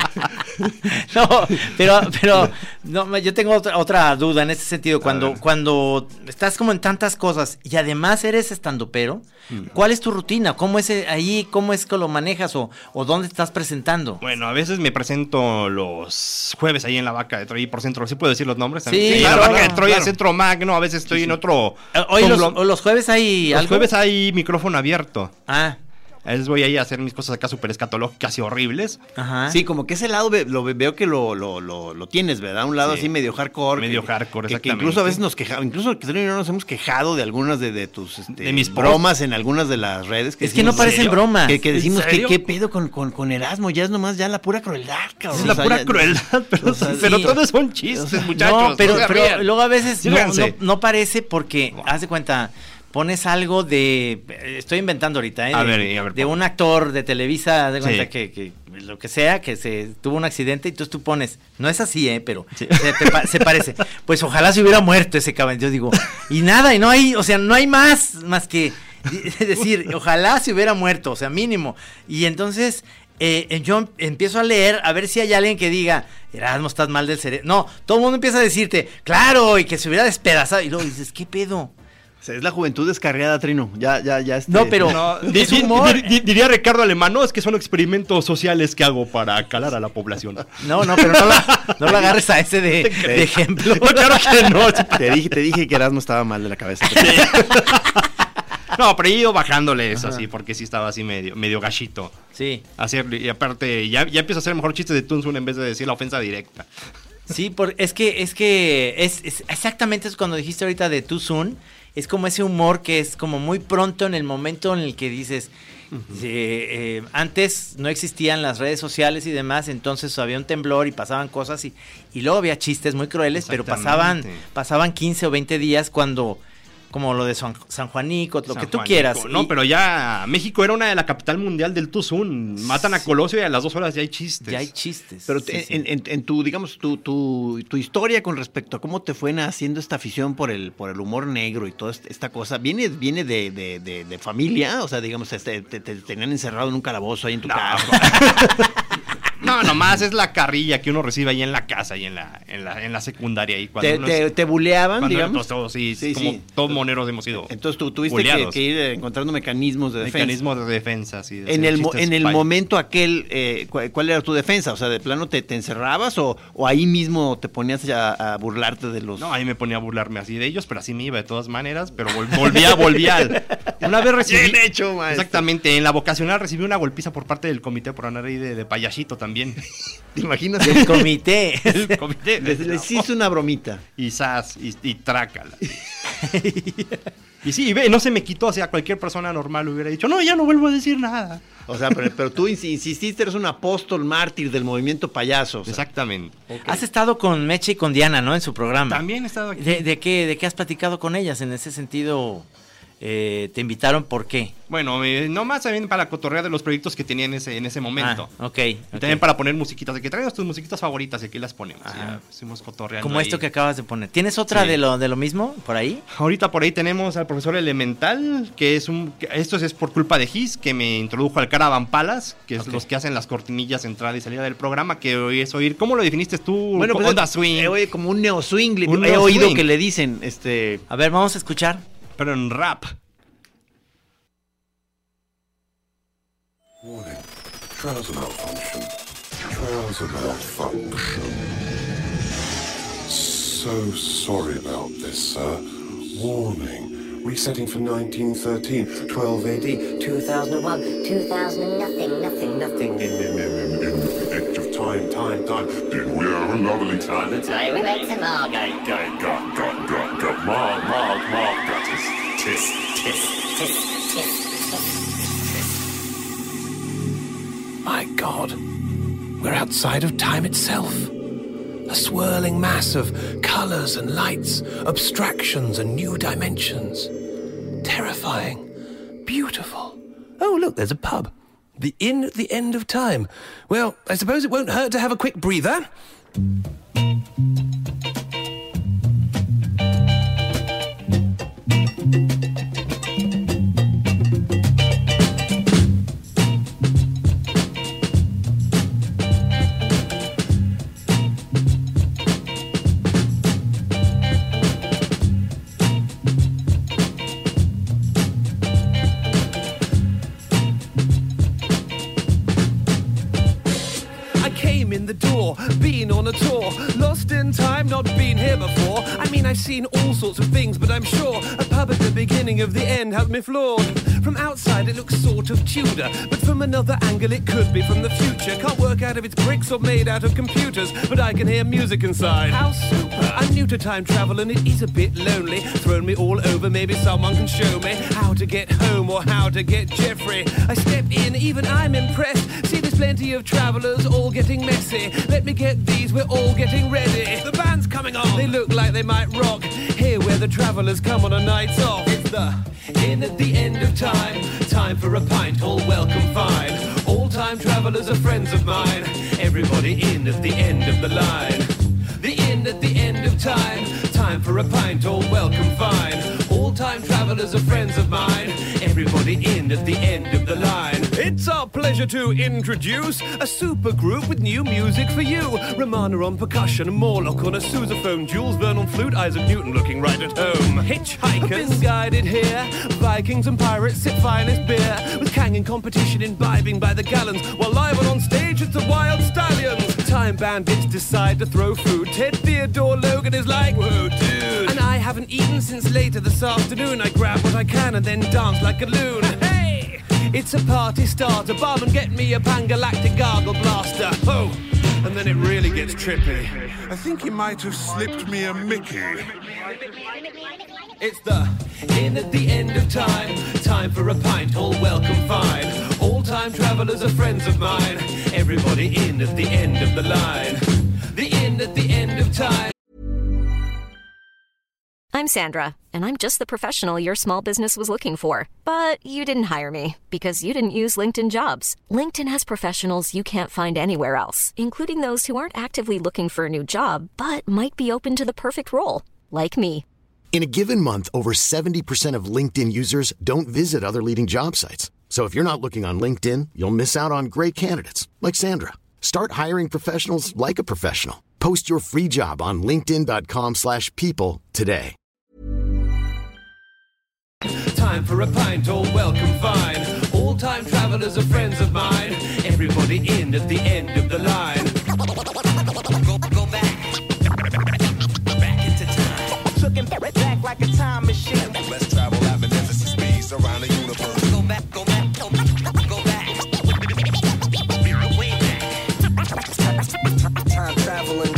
S3: No, pero, pero no, ma- yo tengo otra, otra duda en ese sentido. Cuando, cuando estás como en tantas cosas y además eres estandopero, ¿cuál es tu rutina? ¿Cómo es eh, ahí? ¿Cómo es que lo manejas? ¿O, o dónde estás presentando?
S2: Bueno, a veces me presento los jueves ahí en la vaca de Troya por centro. ¿Sí puedo decir los nombres?
S3: Sí,
S2: la
S3: claro,
S2: vaca de Troya,
S3: claro.
S2: centro magno. A veces estoy en otro.
S3: Eh, Hoy los,
S2: conglo-
S3: o los jueves hay
S2: los
S3: algo.
S2: jueves hay micrófono abierto.
S3: Ah,
S2: A veces voy ahí a hacer mis cosas acá súper escatológicas y horribles.
S3: ajá.
S1: Sí, como que ese lado ve- lo ve- veo que lo, lo, lo, lo tienes, ¿verdad? Un lado
S2: Sí.
S1: así medio hardcore. que-
S2: Medio hardcore,
S1: que- que
S2: exactamente.
S1: incluso a veces nos quejamos, incluso que tú y yo nos hemos quejado de algunas de, de tus este,
S2: De mis posts.
S1: bromas en algunas de las redes.
S3: Es que no
S1: decimos,
S3: parecen
S1: "¿En serio?".
S3: bromas.
S1: Que, que
S2: ¿En
S1: decimos que
S2: serio?
S1: qué pedo con, con, con Erasmo, ya es nomás ya la pura crueldad, cabrón.
S2: es la
S1: O sea,
S2: pura
S1: ya-
S2: crueldad, pero,
S1: o sea,
S2: pero
S3: sí.
S2: todos son chistes, muchachos.
S3: No, pero,
S2: no se
S3: pero
S2: rían.
S3: luego a veces no,
S2: Síganse.
S3: no- no parece porque, haz de cuenta, pones algo de. eh, Estoy inventando ahorita, ¿eh? de,
S2: A ver, y a ver,
S3: de
S2: pon.
S3: un actor de Televisa, haz de cuenta
S2: Sí.
S3: que, que lo que sea, que se tuvo un accidente y entonces tú pones. No es así, ¿eh? Pero
S2: Sí.
S3: se, te pa- se parece. Pues ojalá se hubiera muerto ese cabrón. Yo digo, y nada, y no hay, o sea, no hay más, más que. eh, Es decir, ojalá se hubiera muerto, o sea, mínimo. Y entonces eh, eh, yo empiezo a leer a ver si hay alguien que diga, Erasmo, estás mal del cerebro. No, todo el mundo empieza a decirte, claro, y que se hubiera despedazado. Y luego dices, ¿qué pedo?
S1: o sea, es la juventud descarriada, Trino. Ya, ya, ya. este-
S3: No, pero
S2: No, di-
S3: es
S2: di-
S3: humor.
S2: di- di- diría Ricardo Alemán, no, es que son experimentos sociales que hago para calar a la población.
S3: No, no, pero no lo, no lo agarres a ese de, de ejemplo.
S2: No, claro que no. sí.
S1: Te dije, te dije que Erasmo estaba mal de la cabeza. pero-
S2: No, pero he ido bajándole eso así, porque sí estaba así medio, medio gachito.
S3: Sí,
S2: Hacer, y aparte, ya, ya empiezo a hacer mejor chistes de Tunsun en vez de decir la ofensa directa.
S3: sí, por, es que, es que es, es- exactamente es cuando dijiste ahorita de Too Soon. Es como ese humor que es como muy pronto en el momento en el que dices. eh, eh, antes no existían las redes sociales y demás, entonces había un temblor y pasaban cosas y, y luego había chistes muy crueles, pero pasaban,
S2: Exactamente.
S3: pasaban 15 o 20 días cuando, como lo de San, San Juanico,
S1: Pues
S3: lo que tú
S2: San Juanico,
S3: quieras.
S2: No,
S3: y-
S2: pero ya México era una de la capital mundial del Tuzun. Matan a Colosio y a las dos horas ya hay chistes.
S3: ya hay chistes.
S1: Pero
S3: Sí,
S1: te-
S3: sí.
S1: En, en- en tu, digamos, tu, tu, tu historia con respecto a cómo te fue naciendo esta afición por el, por el humor negro y toda este- esta cosa, ¿viene, viene de, de- de- de familia? O sea, digamos, este, te, te tenían encerrado en un calabozo ahí en tu casa.
S2: No, nomás es la carrilla que uno recibe ahí en la casa y en la, en la, en la secundaria. Y cuando
S1: Te,
S2: uno
S1: te,
S2: es-
S1: te buleaban,
S2: cuando
S1: digamos.
S2: éramos todos, sí,
S1: Sí,
S2: como
S1: sí.
S2: todos moneros hemos sido.
S1: Entonces tú tuviste que,
S2: buleados.
S1: que ir encontrando mecanismos de defensa.
S2: mecanismos de defensa. sí, de
S1: En
S2: hacer
S1: el, mo-
S2: chistes
S1: en el
S2: pay.
S1: momento aquel, eh, cu- ¿cuál era tu defensa? O sea, ¿de plano te, te encerrabas o, o ahí mismo te ponías a, a burlarte de los...
S2: No, ahí me ponía a burlarme así de ellos, pero así me iba de todas maneras, pero vol- volvía, volvía. al- Una vez recibí...
S1: Bien hecho, maestro.
S2: Exactamente, en la vocacional recibí una golpiza por parte del comité por andar ahí de, de payasito también.
S1: ¿Te imaginas?
S3: Del comité.
S2: El comité.
S1: les, les
S2: No.
S1: hice una bromita.
S2: y zas, y, y trácala. y sí, y ve, no se me quitó, o sea, cualquier persona normal hubiera dicho, no, ya no vuelvo a decir nada.
S1: O sea, pero, pero tú ins- insististe, eres un apóstol mártir del movimiento payaso. o sea.
S2: Exactamente.
S3: Has estado con Meche y con Diana, ¿no? En su programa.
S2: También he estado aquí.
S3: ¿De, de qué, ¿De qué has platicado con ellas? En ese sentido, eh, ¿te invitaron por qué?
S2: Bueno, eh, nomás también para cotorrear de los proyectos que tenía en ese, en ese momento.
S3: Ah, ok.
S2: Y
S3: ok.
S2: también para poner musiquitas, de que traigas tus musiquitas favoritas y aquí las ponemos.
S3: Ajá.
S2: Y ya pusimos cotorreando
S3: Como
S2: ahí.
S3: esto que acabas de poner. ¿Tienes otra
S2: Sí.
S3: de, lo, de lo mismo por ahí?
S2: Ahorita por ahí tenemos al profesor Elemental, que es un... que Esto es por culpa de His, que me introdujo al Caravan Palace, que es
S3: Ok.
S2: los que hacen las cortinillas entrada y salida del programa, que hoy es oír... ¿Cómo lo definiste tú?
S1: Bueno, pues
S2: Onda
S1: eh,
S2: swing.
S1: eh, oye, como un neo swing. le-
S2: Un
S1: he
S2: neo
S1: oído
S2: swing.
S1: que le dicen, este,
S3: A ver, vamos a escuchar.
S2: pero en rap.
S5: Warning. Trouser malfunction. was a malfunction. So sorry about this, sir. Warning. Resetting for 1913, 12 AD,
S6: 2001, 2000, nothing, nothing, nothing.
S5: in, in, in, in, in the edge of time, time, time. Then we are a lovely time. It's
S6: I relate to Margot.
S5: gay, gay, gut, gut, gut, gut, mark, mark, mark, gutters. Tis, tis, tis, tis, tis.
S7: My God, we're outside of time itself. A swirling mass of colors and lights, abstractions and new dimensions. Terrifying. Beautiful. Oh, look, there's a pub. The Inn at the End of Time. Well, I suppose it won't hurt to have a quick breather. I came in the door, been on a tour, lost in time, not been here before. I mean, I've seen all sorts of things, but I'm sure a pub at the beginning of the end had me floored. From outside, it looks sort of Tudor, but from another angle, it could be from the future. Can't work out if it's bricks or made out of computers, but I can hear music inside. How super! I'm new to time travel and it is a bit lonely. Thrown me all over, maybe someone can show me how to get home or how to get Jeffrey. I step in, even I'm impressed. See, there's plenty of travelers all getting messy. Let me get these, we're all getting ready. The band's coming on. They look like they might rock. Here where the travelers come on a night off. It's the in at the end of time. Time for a pint, all welcome fine. All time travelers are friends of mine. Everybody in at the end of the line. The inn at the end of time. Time for a pint, all welcome fine. All time travelers are friends of mine. Everybody in at the end of the line. It's our pleasure to introduce a super group with new music for you. Romana on percussion, Morlock on a sousaphone, Jules Verne on flute, Isaac Newton looking right at home. Hitchhikers have been guided here. Vikings and pirates sip finest beer. With Kangin competition imbibing by the gallons. While live and on stage, it's the Wild Stallions. Time bandits decide to throw food. Ted Theodore Logan is like, whoa, dude. And I haven't eaten since later this afternoon. I grab what I can and then dance like a loon. Hey! It's a party starter. Barman, get me a Pangalactic Gargle Blaster. Oh! And then it really gets trippy.
S5: I think he might have slipped me a Mickey.
S7: It's the in at the end of time. Time for a pint, all welcome fine. All time travelers are friends of mine. Everybody in at the end of the line. The in at the end of time.
S8: I'm Sandra, and I'm just the professional your small business was looking for. But you didn't hire me because you didn't use LinkedIn jobs. LinkedIn has professionals you can't find anywhere else, including those who aren't actively looking for a new job but might be open to the perfect role, like me.
S9: In a given month, over 70% of LinkedIn users don't visit other leading job sites. So if you're not looking on LinkedIn, you'll miss out on great candidates like Sandra. Start hiring professionals like a professional. Post your free job on linkedin.com/people slash people today.
S7: Time for a pint, all welcome fine. All time travelers are friends of mine. Everybody in at the end of the line.
S4: Go, go back. Back into time.
S10: Looking back like a time machine.
S5: Let's travel at magnificent speeds around the universe.
S4: Go back, go back, go back, go back. Way back.
S10: Time traveling.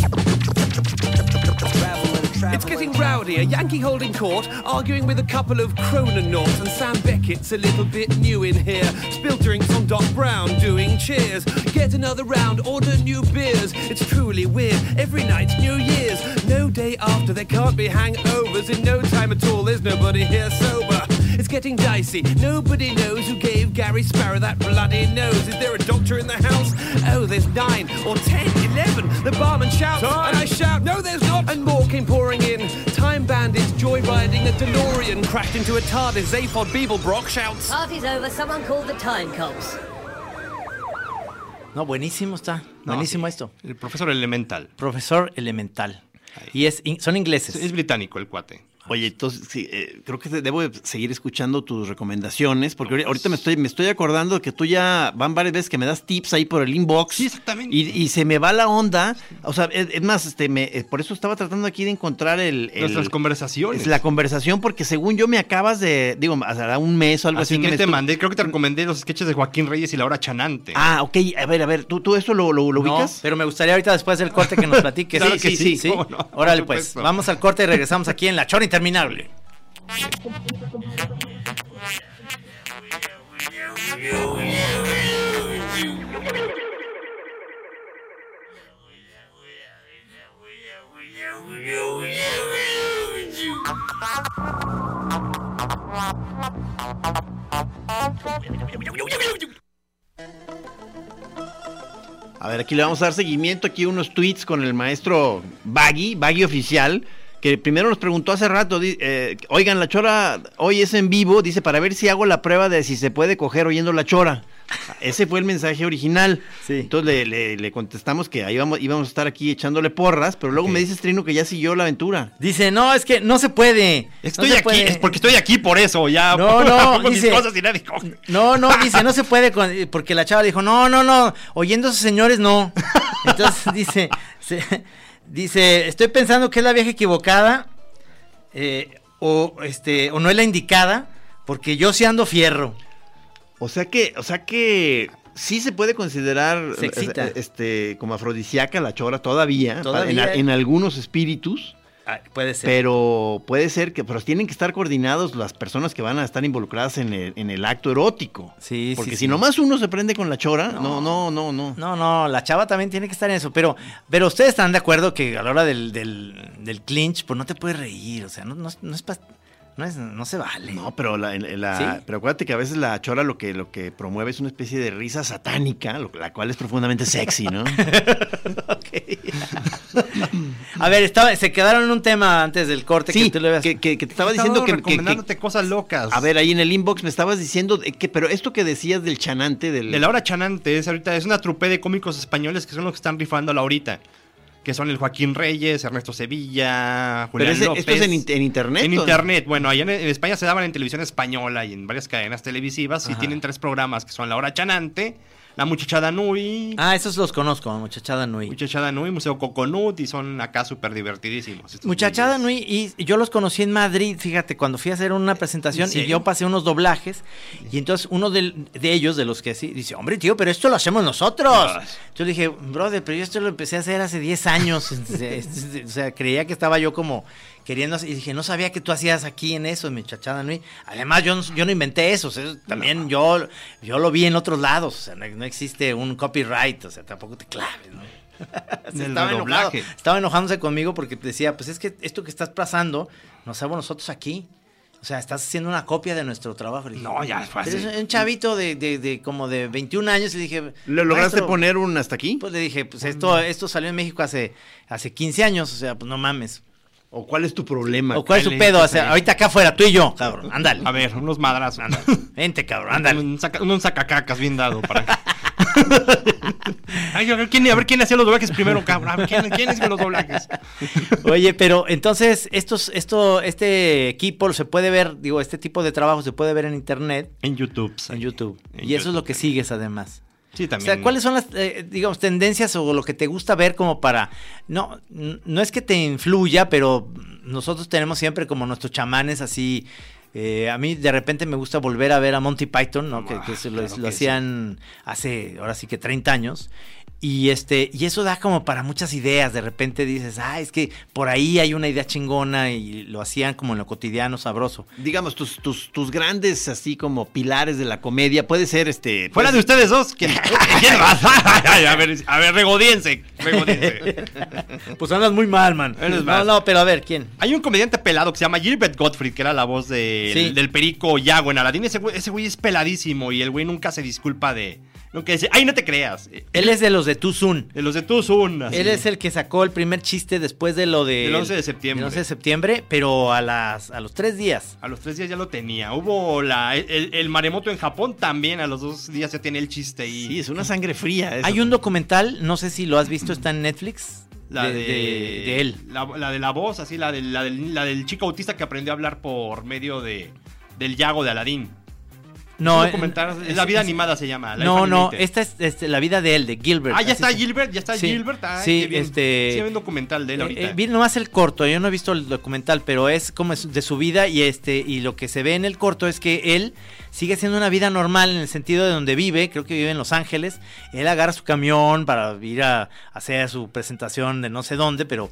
S10: Traveling, traveling.
S7: It's getting rowdy. A Yankee holding court, arguing with a couple of Crononauts, and Sam Beckett's a little bit new in here. Spill drinks on Doc Brown, doing cheers. Get another round, order new beers. It's truly weird. Every night's New Year's. No day after, there can't be hangovers. In no time at all, there's nobody here sober. It's getting dicey. Nobody knows who gave Gary Sparrow that bloody nose. Is there a doctor in the house? Oh, there's nine or ten, eleven. The barman shouts, and I shout, no, there's not. And more came pouring in. Time bandits joyriding a DeLorean crashed into a TARDIS. Zaphod Beeblebrock shouts.
S6: Party's over, someone called the time cops.
S3: No, buenísimo está.
S2: No,
S3: buenísimo
S2: sí.
S3: esto.
S2: El profesor Elemental.
S3: Profesor Elemental. Y es in- son ingleses.
S2: Es británico el cuate.
S1: Oye, entonces sí, eh, creo que debo de seguir escuchando tus recomendaciones, porque ahori- ahorita me estoy, me estoy acordando que tú ya van varias veces que me das tips ahí por el inbox. Sí, exactamente. Y, y se me va la onda. O sea, es, es más, este, me, eh, por eso estaba tratando aquí de encontrar el, el-
S2: Nuestras conversaciones.
S1: Es la conversación, porque según yo me acabas de, digo, hará un mes o algo así.
S2: Así
S1: que me
S2: te
S1: estu-
S2: mandé, creo que te recomendé los sketches de Joaquín Reyes y Laura Chanante.
S1: Ah, ok, a ver, a ver, ¿tú, tú eso lo, lo, lo
S2: No,
S1: ubicas?
S3: pero me gustaría ahorita después del corte que nos platiques.
S2: Claro que sí, cómo no, por
S3: Órale, pues,
S2: supuesto.
S3: vamos al corte y regresamos aquí en La Chora Interminable.
S1: A ver, aquí le vamos a dar seguimiento, aquí unos tweets con el maestro Baggy, Baggy Oficial, que primero nos preguntó hace rato, di- eh, oigan, la chora hoy es en vivo, dice, para ver si hago la prueba de si se puede coger oyendo la chora. Ese fue el mensaje original. Entonces le, le- le contestamos que ahí vamos, íbamos a estar aquí echándole porras, pero luego me dices, Trino, que ya siguió la aventura.
S3: Dice, no, es que no se puede.
S1: Estoy
S3: se
S1: aquí, es
S2: Porque estoy aquí por eso, ya.
S3: No, no,
S2: hago mis
S3: dice-
S2: cosas y nadie coge.
S3: No, no, dice, no se puede, con- porque la chava le dijo, no, no, no, oyendo a esos señores, no. Entonces dice, se- dice, estoy pensando que es la vieja equivocada, eh, o este, o no es la indicada, porque yo sí ando fierro.
S1: O sea que, o sea que sí se puede considerar
S3: Se excita.
S1: eh, este como afrodisíaca la chora todavía,
S3: Todavía.
S1: en a- en algunos espíritus.
S3: Ah, puede ser.
S1: Pero puede ser que, pero tienen que estar coordinados las personas que van a estar involucradas en el, en el acto erótico.
S3: Sí,
S1: Porque
S3: sí,
S1: si
S3: sí.
S1: nomás uno se prende con la chora, no, no, no, no.
S3: No, no, la chava también tiene que estar en eso. Pero, pero ustedes están de acuerdo que a la hora del, del, del clinch, pues no te puedes reír. O sea, no, no, es- no es, pa- no, es- no se vale.
S1: No, pero la, en- en la-
S3: ¿Sí?
S1: pero acuérdate que a veces la chora lo que, lo que promueve es una especie de risa satánica, lo- la cual es profundamente sexy, ¿no?
S3: A ver, estaba, se quedaron en un tema antes del corte
S1: pues, Sí,
S3: que tú le habías-
S1: que, que- que te estaba
S2: Estaba
S1: diciendo que- que- que,
S2: recomendándote cosas locas.
S1: A ver, ahí en el inbox me estabas diciendo de que, pero esto que decías del chanante, del.
S2: De Laura Chanante es ahorita es una trupe de cómicos españoles que son los que están rifando la ahorita. Que son el Joaquín Reyes, Ernesto Sevilla,
S1: pero
S2: Julián
S1: ese-
S2: López.
S1: esto es en, in- en internet.
S2: En
S1: ¿o no?
S2: internet, bueno, allá en, en España se daban en televisión española y en varias cadenas televisivas y tienen tres programas que son La Hora Chanante, La Muchachada Nui,
S3: Ah, esos los conozco, muchachada Nui.
S2: Muchachada Nui, Museo Coconut y son acá súper divertidísimos. estos
S3: Muchachada Nui, y yo los conocí en Madrid, fíjate, cuando fui a hacer una presentación
S2: Eh, ¿En
S3: y
S2: serio?
S3: yo pasé unos doblajes, y entonces uno del- de, ellos, de los que sí, dice, hombre, tío, pero esto lo hacemos nosotros.
S2: Ah.
S3: Yo le dije, brother, pero yo esto lo empecé a hacer hace 10 años, este, o sea, creía que estaba yo como queriendo, hacer- y dije, no sabía que tú hacías aquí en eso, muchachada Nui. Además, yo, no- yo no inventé eso, o sea, eso también yo, yo lo vi en otros lados, o sea, no, no existe un copyright, o sea, tampoco te claves, ¿no? Sí,
S2: Del
S3: estaba, enojado,
S2: redoblaje.
S3: estaba enojándose conmigo porque decía, pues es que esto que estás pasando, nos hago nosotros aquí. O sea, estás haciendo una copia de nuestro trabajo. Le dije,
S2: No, ya fue
S3: pero
S2: así.
S3: es un chavito de, de- de como de 21 años y le dije...
S1: ¿Lo lograste
S3: "Maestro",
S1: poner un hasta aquí?
S3: Pues le dije, pues esto,
S2: Mm.
S3: esto salió en México hace, hace 15 años, o sea, pues no mames.
S1: ¿O cuál es tu problema?
S3: ¿O cuál es su pedo? O sea, ahorita acá afuera, tú y yo, cabrón, ándale.
S2: días. A ver, unos madrazos.
S3: Vente, cabrón, ándale.
S2: Un, saca- un sacacacas bien dado para. Ay, a ver quién, a ver quién hacía los doblajes primero, cabrón. A ver, ¿quién, quién hizo los doblajes?
S3: Oye, pero entonces, estos, esto, este equipo se puede ver, digo, este tipo de trabajo se puede ver en internet.
S2: En YouTube.
S3: en YouTube.
S2: En
S3: y eso es
S2: YouTube
S3: lo que sigues además.
S2: Sí,
S3: O
S2: también.
S3: sea, ¿cuáles son las, eh, digamos, tendencias o lo que te gusta ver como para... No, n- no es que te influya, pero nosotros tenemos siempre como nuestros chamanes así... eh, a mí de repente me gusta volver a ver a Monty Python, ¿no? Que, que eso lo,
S2: Ah, claro
S3: lo
S2: que sí.
S3: hacían hace, ahora sí que 30 años. Y, este, y eso da como para muchas ideas. De repente dices, ah, es que por ahí hay una idea chingona y lo hacían como en lo cotidiano, sabroso.
S1: Digamos, tus, tus, tus grandes, así como pilares de la comedia, puede ser este.
S2: Fuera de
S1: pues,
S2: ustedes dos, ¿quién, quién más? Ay, a ver, a ver, regodiense. regodiense.
S3: Pues andas muy mal, man.
S2: Eres
S3: No,
S2: más.
S3: no, pero a ver, ¿quién?
S2: Hay un comediante pelado que se llama Gilbert Gottfried, que era la voz de-
S3: Sí.
S2: del perico Yago en Aladdin. Ese güey, ese güey es peladísimo y el güey nunca se disculpa de. Nunca dice, ay, no te creas.
S3: Él es de los de Tuzun.
S2: De los de tus unas.
S3: Él es el que sacó el primer chiste después de lo de...
S2: Del 11 de septiembre.
S3: del 11 de septiembre, pero a, las, a los tres días.
S2: A los tres días ya lo tenía. Hubo la, el, el maremoto en Japón también. A los dos días ya tiene el chiste. Y
S1: Sí, es una sangre fría. eso.
S3: Hay un documental, no sé si lo has visto, está en Netflix,
S2: La de,
S3: De- de- de él.
S2: La, la de la voz, así, la, del- la del, la del chico autista que aprendió a hablar por medio de, del Yago de Aladín.
S3: No,
S2: ¿Tú lo
S3: eh,
S2: comentabas?
S3: es-
S2: la vida
S3: es-
S2: animada se llama. Life
S3: No, no,
S2: Animated.
S3: esta es este, la vida de él, de Gilbert.
S2: Ah, ya
S3: así
S2: está
S3: se-
S2: Gilbert, ya está
S3: Sí,
S2: Gilbert. Ah,
S3: sí,
S2: qué bien.
S3: este-
S2: Sí, hay un documental de él ahorita.
S3: Eh, eh, vi nomás el corto, yo no he visto el documental, pero es como es de su vida y este y lo que se ve en el corto es que él sigue siendo una vida normal en el sentido de donde vive, creo que vive en Los Ángeles, él agarra su camión para ir a hacer su presentación de no sé dónde, pero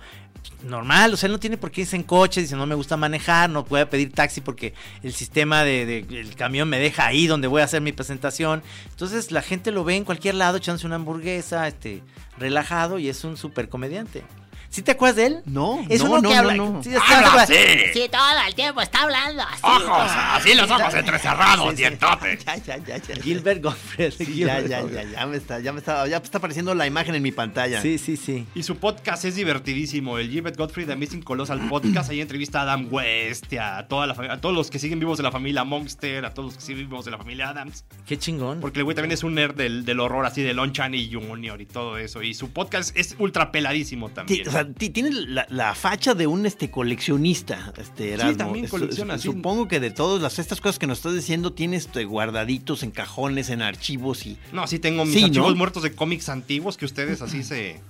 S3: normal, o sea, él no tiene por qué irse en coche, dice, no me gusta manejar, no puedo pedir taxi porque el sistema de, de- el camión me deja ahí donde voy a hacer mi presentación. Entonces la gente lo ve en cualquier lado echándose una hamburguesa, este, relajado y es un super comediante. ¿Sí te acuerdas de él?
S1: No,
S3: es
S1: no,
S3: uno
S1: no,
S3: que
S1: no,
S3: habla.
S1: no.
S3: sí, está-
S11: ¡Habla
S3: está-
S11: así!
S3: sí, todo el tiempo está hablando así.
S11: ¡Ojos! Así los ojos entrecerrados, dientote.
S1: Ya, ya, ya, ya. Gilbert
S3: Gottfried.
S1: ya,
S3: Gilbert
S1: ya, ya,
S3: Gottfried.
S1: ya me está, ya me está, ya está apareciendo la imagen en mi pantalla.
S3: Sí, sí, sí.
S2: Y su podcast es divertidísimo. El Gilbert Gottfried de Amazing Colossal Podcast. Ahí entrevista a Adam West, a, toda la fami- a todos los que siguen vivos de la familia Monster, a todos los que siguen vivos de la familia Adams.
S3: Qué chingón.
S2: Porque el güey también es un nerd del, del horror, así de Lon Chaney Jr. y todo eso. Y su podcast es ultra peladísimo
S1: Ti-
S2: también.
S1: o sea, ti- tiene la, la facha de un este coleccionista, este Erasmo.
S2: también
S1: Es-
S2: colecciona,
S1: es-
S2: sí.
S1: Supongo que de todas las estas cosas que nos estás diciendo tienes este, guardaditos en cajones, en archivos y
S2: No, sí tengo mis
S1: Sí, ¿no?
S2: archivos muertos de cómics antiguos que ustedes así se.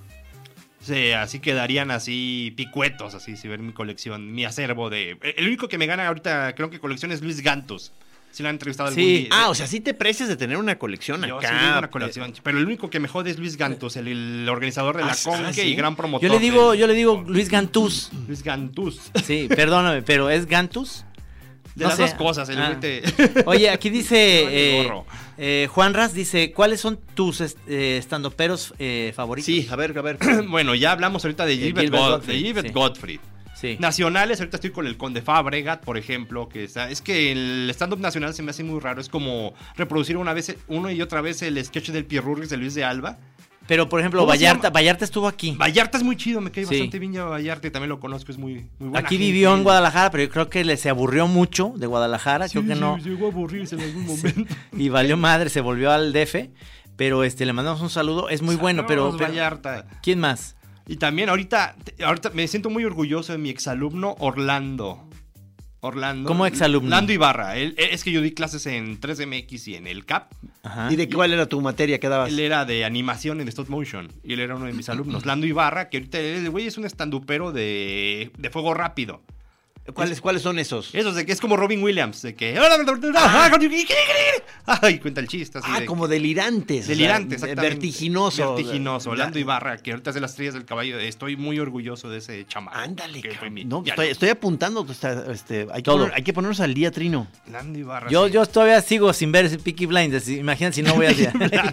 S2: se así quedarían así picuetos, así, si ven mi colección, mi acervo de. El único que me gana ahorita, creo que colección es Luis Gantos. Si lo han entrevistado algún
S1: Sí.
S2: día.
S1: Ah, o sea, sí te precias de tener una colección
S2: Yo sí
S1: acá.
S2: tengo una colección, pero el único que me jode es Luis Gantos, el, el organizador de
S3: Ah,
S2: la
S3: sí,
S2: Conque
S3: ah, sí.
S2: y gran promotor.
S3: Yo le digo,
S2: del-
S3: yo le digo Luis Gantús.
S2: Luis Gantús.
S3: Sí, perdóname, pero ¿es Gantus?
S2: De las dos cosas,
S3: Ah.
S2: el güey te-
S3: Oye, aquí dice
S2: Vale,
S3: eh,
S2: gorro.
S3: eh, Juan Ras, dice, ¿cuáles son tus est- eh, estandoperos eh, favoritos?
S1: Sí, a ver, a ver.
S2: bueno, ya hablamos ahorita de
S3: De
S2: Gilbert,
S3: Gilbert
S2: God-
S3: Gottfried,
S2: de Gilbert
S3: sí.
S2: Gottfried. Nacionales, ahorita estoy con el Conde Fabregat, por ejemplo, que está, es que el stand-up nacional se me hace muy raro, es como reproducir una vez, uno y otra vez el sketch del Pierrurgues de Luis de Alba.
S3: Pero, por ejemplo,
S2: ¿Cómo se
S3: Vallarta,
S2: llama?
S3: Vallarta estuvo aquí.
S2: Vallarta es muy chido, me cae
S3: Sí.
S2: bastante bien ya Vallarta y también lo conozco, es muy, muy buena
S3: Aquí
S2: gente.
S3: vivió en Guadalajara, pero yo creo que le se aburrió mucho de Guadalajara,
S2: Sí,
S3: creo que
S2: sí,
S3: no.
S2: Llegó a aburrirse en algún momento.
S3: Y valió madre, se volvió al DF. Pero este, le mandamos un saludo, es muy bueno, pero,
S2: Saludos,
S3: pero-
S2: Ah, pues Vallarta.
S3: ¿quién más?
S2: Y también ahorita, ahorita me siento muy orgulloso de mi exalumno Orlando. Orlando.
S3: ¿Cómo exalumno?
S2: Orlando Ibarra. Él- él- es que yo di clases en 3MX y en el CAP.
S1: ¿Y de cuál era tu materia que
S3: Ah.
S1: dabas?
S2: Él era de animación en stop motion y él era uno de mis alumnos. Lando Ibarra, que ahorita el güey es un estandupero de, de fuego rápido.
S1: ¿Cuáles, ¿Cuáles son esos?
S2: Esos de que es como Robin Williams, de que... Ay, cuenta el chiste. Así
S1: Ah,
S2: de-
S1: como delirantes. o sea,
S2: Delirante, exactamente.
S1: Vertiginoso.
S2: Vertiginoso.
S1: Ya-
S2: Lando Ibarra, que ahorita es de las estrellas del caballo. Estoy muy orgulloso de ese chamaco. Ándale,
S1: No, estoy, estoy apuntando. pues, está- este, hay, que
S3: Todo.
S1: poner- hay que ponernos al día, Trino.
S2: Lando Ibarra.
S3: Yo,
S2: sí.
S3: yo todavía sigo sin ver ese Peaky Blinders. Imagínate si no voy a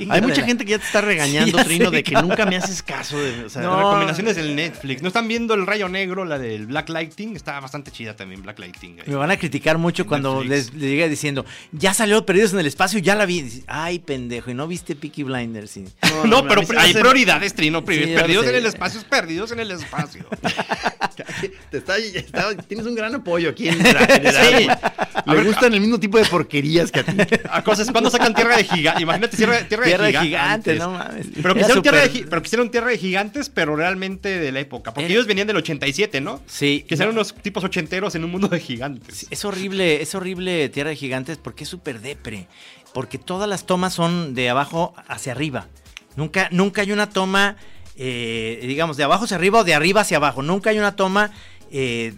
S1: Hay mucha gente que ya te está regañando,
S3: ya
S1: Trino,
S3: sé,
S1: de que
S3: cabrón.
S1: nunca me haces caso. de- o sea,
S2: Las recomendaciones del Netflix. ¿No están viendo El Rayo Negro, la del Black Lighting? Está bastante chida también, Black Lighting.
S3: Me van a criticar mucho cuando les, les llegue diciendo, ya salió Perdidos en el Espacio, ya la vi. Dices, Ay, pendejo, y no viste Peaky Blinders. Sí.
S2: No, pero hay prioridades, Trino. pri-
S3: Sí, yo
S2: perdidos
S3: sé.
S2: en el espacio es perdidos en el espacio.
S1: Te está- está- tienes un gran apoyo aquí en la general. güey. Le gustan el mismo tipo de porquerías que a ti.
S2: A cosas, ¿cuándo sacan Tierra de Gigantes? Imagínate Tierra, tierra,
S3: Tierra
S2: de
S3: de
S2: Gigantes.
S3: Gigantes, no mames.
S2: Pero
S3: Era
S2: quisieron, tierra de,
S3: súper-
S2: Gi- pero quisieron Tierra de Gigantes, pero realmente de la época. Porque ellos venían del 87, ¿no?
S3: Eh. Sí.
S2: Que eran unos tipos ochenteros en un mundo de gigantes.
S3: Es horrible, es horrible Tierra de Gigantes porque es súper depre. Porque todas las tomas son de abajo hacia arriba. Nunca, nunca hay una toma, eh, digamos, de abajo hacia arriba o de arriba hacia abajo. Nunca hay una toma eh,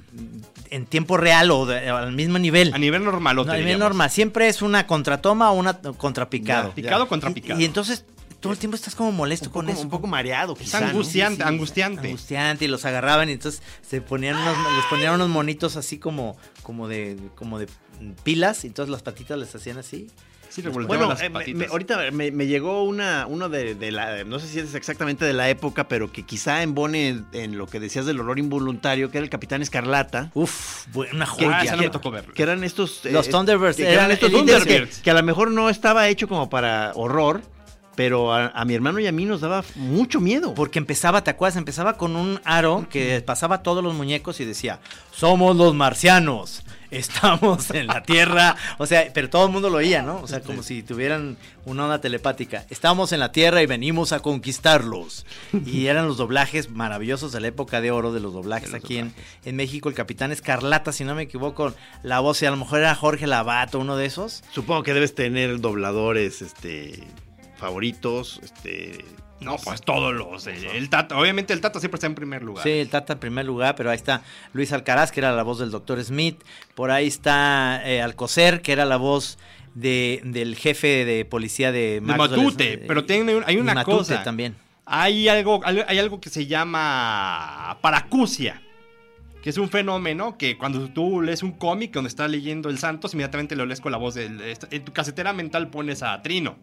S3: en tiempo real o de- al mismo nivel.
S2: A nivel normal.
S3: No, a nivel normal. Siempre es una contratoma o una contrapicado.
S2: Ya, picado contra picado.
S3: Y, y entonces todo el tiempo estás como molesto con eso.
S1: Un poco mareado, quizá.
S3: Está
S1: ¿no?
S3: angustiante,
S1: Sí, sí.
S3: angustiante. Angustiante, y los agarraban y entonces se ponían unos, les ponían unos monitos así como, como de, como de pilas, y entonces las patitas les hacían así.
S2: Sí,
S3: les
S1: Bueno,
S3: ponían-
S1: eh, me- me- ahorita me, me llegó una, uno de, de la, no sé si es exactamente de la época, pero que quizá embone en, en lo que decías del olor involuntario, que era el Capitán Escarlata.
S3: Uf, una
S2: joya. Ah, esa no me tocó verla.
S1: Que eran estos... eh,
S3: Los Thunderbirds,
S1: Que, que
S3: eran
S1: eran estos
S3: el
S1: líderes que,
S3: Thunderbirds.
S1: que a lo mejor no estaba hecho como para horror, Pero a, a mi hermano y a mí nos daba mucho miedo.
S3: Porque empezaba, ¿te acuerdas? Empezaba con un aro que pasaba a todos los muñecos y decía, somos los marcianos, estamos en la Tierra. O sea, pero todo el mundo lo oía, ¿no? O sea, como si tuvieran una onda telepática. Estamos en la Tierra y venimos a conquistarlos. Y eran los doblajes maravillosos de la época de oro de los doblajes aquí en, en México. El capitán Escarlata, si no me equivoco, la voz, y a lo mejor era Jorge Lavato, uno de esos.
S1: Supongo que debes tener dobladores este, favoritos. Este,
S2: No, pues todos los. El, el Tata, obviamente el Tata siempre está en primer lugar.
S3: Sí, el Tata en primer lugar, pero ahí está Luis Alcaraz, que era la voz del Dr. Smith. Por ahí está eh, Alcocer, que era la voz de- del jefe de policía de
S2: De
S3: Maxwell.
S1: eh,
S2: Matute, pero tiene un- hay
S3: Y
S2: una
S3: Matute
S2: cosa.
S3: también.
S2: Hay algo, al- hay algo que se llama paracusia, que es un fenómeno que cuando tú lees un cómic donde está leyendo el Santos, inmediatamente lo lees con la voz del. est- En tu casetera mental pones a Trino.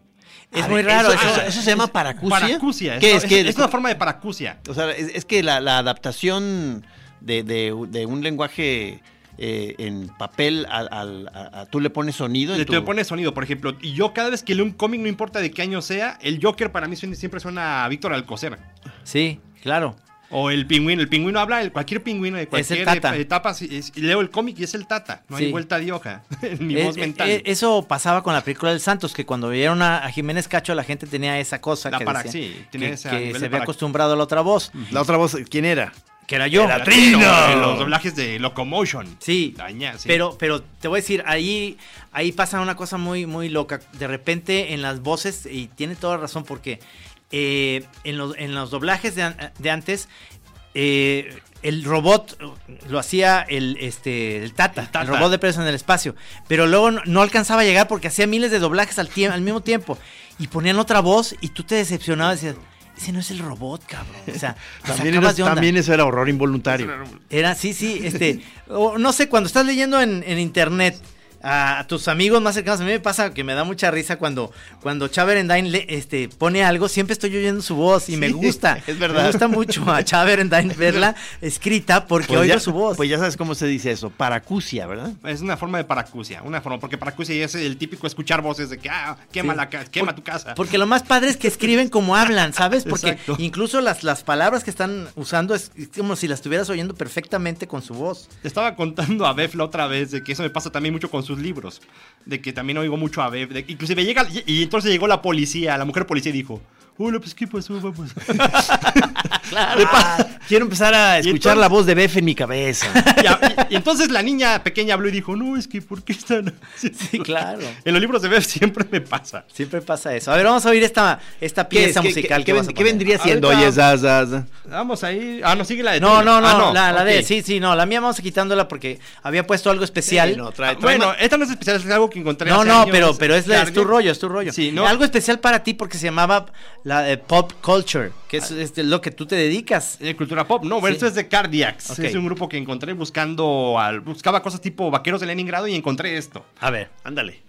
S1: Es
S2: A
S1: muy
S2: ver,
S1: raro, eso-
S2: ah,
S1: eso se llama paracusia.
S2: Paracusia,
S1: ¿Qué
S2: es,
S1: es? ¿Qué
S2: es
S1: es?
S2: una forma de paracusia.
S1: O sea, es, es que la, la adaptación de, de- de un lenguaje eh, en papel a, al- a- a- tú le pones sonido. en
S2: Le
S1: tu-
S2: te pone sonido, por ejemplo. Y yo cada vez que leo un cómic, no importa de qué año sea, el Joker para mí suena- siempre suena a Víctor Alcocer.
S3: Sí, claro.
S2: O el pingüino. El pingüino habla, el, cualquier pingüino de cualquier
S3: Tata.
S2: e- etapa. si- es- y leo el cómic y es el Tata. No
S3: Sí.
S2: hay vuelta de hoja. en mi
S3: Eh,
S2: voz
S3: eh,
S2: mental.
S3: eh, eso pasaba con la película del Santos, que cuando vieron a, a Jiménez Cacho, la gente tenía esa cosa.
S2: La
S3: que
S2: para-
S3: decía
S2: sí, tenía
S3: que-
S2: ese
S3: que
S2: nivel
S3: se
S2: de
S3: había
S2: para-
S3: acostumbrado a la otra voz.
S1: La otra voz, ¿quién era?
S3: Que era yo.
S2: Era Trino, en los doblajes de Locomotion.
S3: Sí.
S2: Daña, sí.
S3: Pero, pero te voy a decir, ahí, ahí pasa una cosa muy, muy loca. De repente en las voces, y tiene toda razón, porque eh, en, los, en los doblajes de, an- de antes, eh, el robot lo hacía el, este, el, tata, el
S2: Tata.
S3: robot de preso en el espacio. Pero luego no, no alcanzaba a llegar porque hacía miles de doblajes al, tiemp- al mismo tiempo. Y ponían otra voz y tú te decepcionabas y decías, ese no es el robot, cabrón. O sea, te
S1: También,
S3: sacabas
S1: era-
S3: de onda.
S1: también eso era horror involuntario.
S3: Era, sí, sí, este, o no sé, cuando estás leyendo en, en internet a, a tus amigos más cercanos, a mí me pasa que me da mucha risa cuando, cuando Chaver Endine le- este, pone algo, siempre estoy oyendo su voz y me
S1: Sí,
S3: gusta.
S1: es verdad.
S3: Me gusta mucho a Chaver Endine verla escrita porque
S1: Pues
S3: oigo
S1: ya-
S3: su voz.
S1: Pues ya sabes cómo se dice eso, paracusia, ¿verdad?
S2: Es una forma de paracusia, una forma, porque paracusia es el típico escuchar voces de que, ah, quema,
S3: Sí.
S2: la ca- quema tu casa.
S3: Porque lo más padre es que escriben como hablan, ¿sabes? Porque
S2: Exacto.
S3: incluso las, las palabras que están usando es como si las estuvieras oyendo perfectamente con su voz.
S2: Te estaba contando a Bev la otra vez de que eso me pasa también mucho con sus libros. De que también oigo mucho a Bev. de- inclusive llega. Y, y entonces llegó la policía, la mujer policía y dijo: Hola, pues qué pasó, vamos.
S1: Quiero empezar a escuchar
S2: entonces-
S1: la voz de Bef en mi cabeza.
S2: Y, a- y- y entonces la niña pequeña habló y dijo: No, es que ¿por qué están.? así?"
S3: Sí, claro.
S2: En los libros de Bev siempre me pasa.
S3: Siempre pasa eso. A ver, vamos a oír esta, esta
S1: ¿Qué, es?
S3: pieza
S1: ¿Qué-
S3: musical.
S1: qué-
S3: que
S1: qué
S3: vas
S1: ven- qué
S3: a poner.
S1: vendría siendo?
S2: Ahorita-
S1: Oye, za, za, za.
S2: Vamos a ir. Ah, no, sigue la de.
S3: No,
S2: tuyo.
S3: no, no,
S2: Ah,
S3: la, la de,
S2: ok.
S3: sí, sí, no, la mía vamos a quitándola porque había puesto algo especial.
S1: Sí, no, trae- trae
S2: Bueno,
S1: más-
S2: esta no es especial, es algo que encontré.
S3: no,
S2: hace
S3: no,
S2: años.
S3: pero, pero es, la- es tu
S2: Cargué-
S3: rollo, es tu rollo.
S2: Sí, no.
S3: Algo especial para ti porque se llamaba la de pop culture, que
S2: Ah.
S3: es, es de lo que tú te dedicas.
S2: De cultura pop, no, bueno,
S3: Sí.
S2: esto es de Cardiacs.
S3: Ok.
S2: Es un grupo que encontré buscando, al, buscaba cosas tipo vaqueros de Leningrado y encontré esto.
S3: A ver,
S1: Ándale.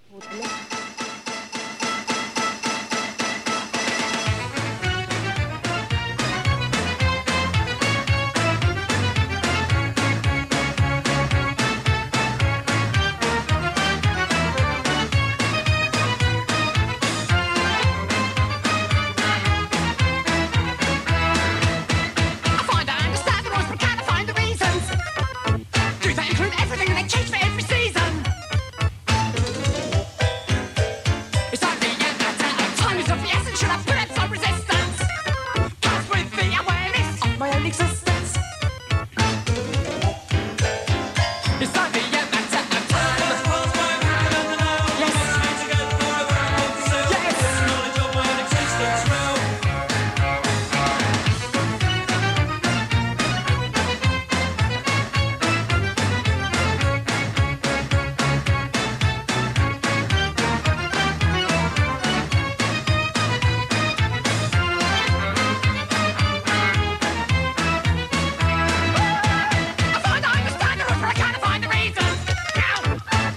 S12: I find I understand the rules, but can't find the reasons. Do they include everything and they change for every season? It's like the end that uh, time is of the essence. Should I put up some resistance? Cause with the awareness of my own existence. It's like the end that uh, time. Yes. Yes. I find I understand the rules, but I can't find the reasons. Now,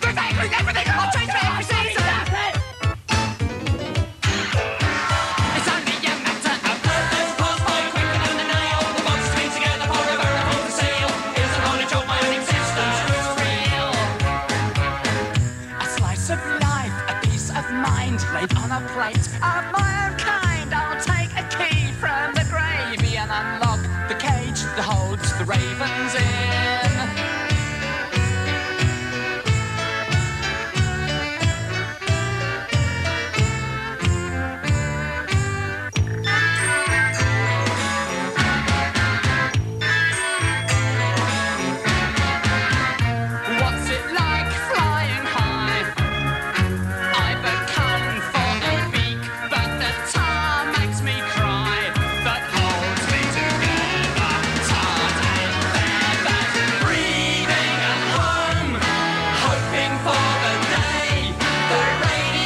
S12: do they include everything and they change for every season? It's only a matter of time that's passed by quicker than the nail. The box came together forever and all the seal. Is the knowledge of my own existence real? A slice of life, a piece of mind laid on a plate of my own kind.
S13: Oh,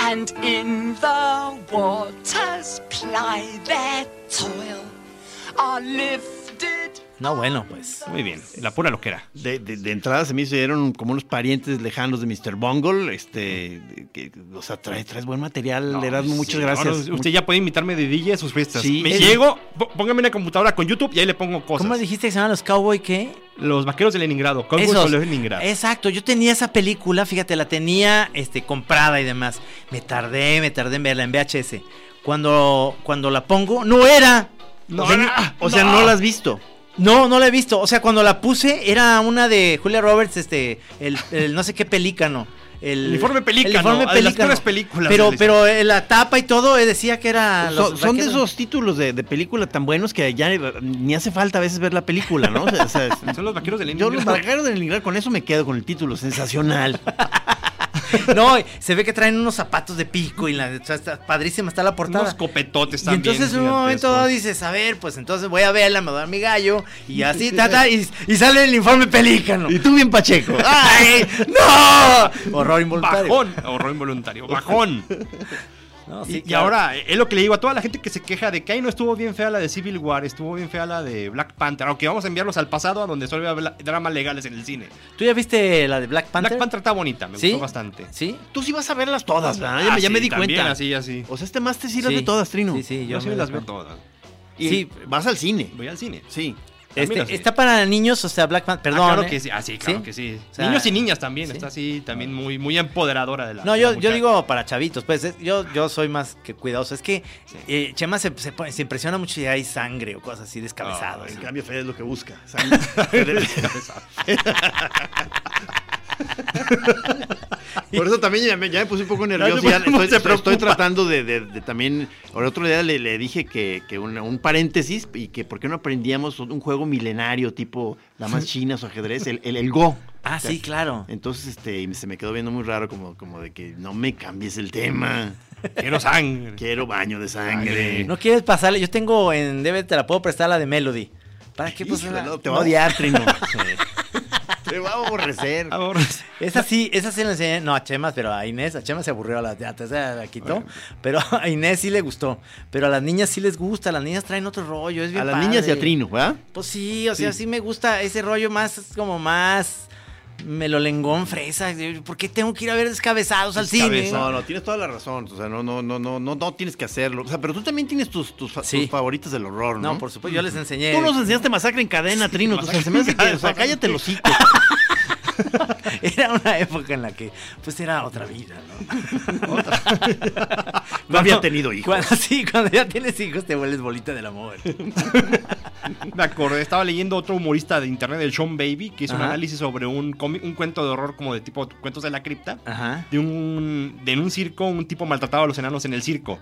S14: and in the waters ply their toil, are lifted
S3: No, bueno, pues.
S1: Muy bien, la pura loquera. De, de- de entrada se me hicieron como unos parientes lejanos de Mr. Bungle. Este, que, o sea, traes, traes buen material,
S2: No,
S1: Erasmo,
S2: sí,
S1: muchas
S2: ahora
S1: gracias.
S2: usted ya puede invitarme de DJ a sus fiestas.
S1: Sí,
S2: me
S1: es-
S2: llego, po- póngame una computadora con YouTube y ahí le pongo cosas.
S3: ¿Cómo dijiste que se llaman los cowboy qué?
S2: Los vaqueros de Leningrado. Cowboys
S3: Esos.
S2: de Leningrado.
S3: Exacto, yo tenía esa película, fíjate, la tenía este, comprada y demás. Me tardé, me tardé en verla en VHS. Cuando, cuando la pongo, no era.
S1: No era. O sea, no la has visto.
S3: No, no la he visto. O sea, cuando la puse, era una de Julia Roberts, este, el, el no sé qué pelícano. El,
S2: El uniforme pelícano, ah,
S3: El uniforme
S2: de las
S3: pelícano.
S2: peores películas
S3: Pero,
S2: de la
S3: pero eh, la tapa y todo eh, decía que era.
S1: Son,
S3: los
S1: son de
S3: vaqueros.
S1: esos títulos de, de película tan buenos que ya eh, ni hace falta a veces ver la película, ¿no? O sea, o sea,
S2: Son los vaqueros de
S1: yo
S2: Leningrado.
S1: los vaqueros de Leningrado, con eso me quedo, con el título, sensacional.
S3: No, y se ve que traen unos zapatos de pico y la, o sea, está padrísima está la portada.
S2: Unos copetotes
S3: Y
S2: también.
S3: entonces en un momento dado
S2: gigantescos.
S3: dices, a ver, pues entonces voy a verla, me voy a dar mi gallo, y así, tata, y, y sale el informe pelícano. Y
S1: tú bien pacheco.
S3: Ah, ¡Ay! ¡No! Horror involuntario.
S2: Bajón, horror involuntario, bajón.
S3: sí,
S2: y, y
S3: claro.
S2: ahora, eh, es lo que le digo a toda la gente que se queja de que ay, no estuvo bien fea la de Civil War, estuvo bien fea la de Black Panther. Aunque vamos a enviarlos al pasado a donde suele haber dramas legales en el cine.
S3: ¿Tú ya viste la de Black Panther?
S2: Black Panther está bonita, me
S3: ¿Sí?
S2: gustó bastante.
S3: ¿Sí.
S1: Tú sí vas a verlas todas, ¿verdad? Ya,
S2: Ah,
S1: me- ya
S2: sí,
S1: me di
S2: también,
S1: cuenta.
S2: así, así.
S1: O sea, este más te sí las
S3: Sí.
S1: ve todas, Trino.
S3: Sí, sí, yo
S2: Yo sí
S3: me
S2: me las
S3: doy
S2: veo todas.
S1: Y
S3: Sí.
S1: vas al cine.
S2: Voy al cine.
S1: Sí.
S3: Este,
S2: También así.
S3: está para niños, o sea, Black Panther,
S2: Ah,
S3: perdón.
S2: claro
S3: ¿eh?
S2: que sí, ah, sí, claro que sí.
S3: O sea,
S2: Niños y niñas también, está así, también muy, muy empoderadora de la.
S3: No,
S2: de
S3: yo,
S2: la
S3: yo
S2: muchacha.
S3: digo para chavitos, pues es- yo, yo soy más que cuidadoso. Es que eh, Chema se, se pone- se impresiona mucho si hay sangre o cosas así descabezadas.
S1: En cambio, Fede es lo que busca. sangre. Por eso también ya me, ya me puse un poco nervioso. ya estoy, estoy- estoy tratando de, de- de también. El otro día le, le dije que, que una- un paréntesis y que por qué no aprendíamos un juego milenario tipo damas chinas o ajedrez, el, el, el Go.
S3: Ah,
S1: O sea,
S3: sí, claro.
S1: Entonces este, y se me quedó viendo muy raro, como, como de que no me cambies el tema.
S2: Quiero sangre.
S1: Quiero baño de sangre.
S3: No quieres pasarle, yo tengo en DVD, te la puedo prestar la de Melody. ¿Para qué? Pues,
S1: Híjole,
S3: la-
S1: no, te va
S3: no.
S1: a odiar, Trino. Te va a aborrecer.
S3: Ah, Esa sí, esa sí la enseñé, no a Chemas, pero a Inés, a Chemas se aburrió a la a tercera la quitó, pero a Inés sí le gustó, pero a las niñas sí les gusta, las niñas traen otro rollo, es pues, bien
S1: A las niñas y a
S3: padre.
S1: Trino, ¿verdad?
S3: Pues sí, o sea,
S1: Sí.
S3: sí me gusta ese rollo más, es como más melolengón fresa, ¿por qué tengo que ir a ver descabezados Pues, al cine?
S1: Cabeza. No, no, tienes toda la razón. O sea, no, no, no, no, no, no tienes que hacerlo. O sea, pero tú también tienes tus, tus, fa- tus favoritas del horror, ¿no?
S3: No, por supuesto, yo les enseñé.
S1: Tú nos enseñaste masacre en cadena, Trino. O sea, se me hace que, o sea, cállate los hijos.
S3: Era una época en la que, pues era otra vida, ¿no?
S1: No había tenido hijos.
S3: Cuando, sí, cuando ya tienes hijos te vuelves bolita del amor.
S2: Me acordé, estaba leyendo otro humorista de internet, el Sean Baby, que hizo un
S3: Ajá.
S2: análisis sobre un, cómic- un cuento de horror como de tipo cuentos de la cripta.
S3: Ajá.
S2: De un, de en un circo, un tipo maltrataba a los enanos en el circo.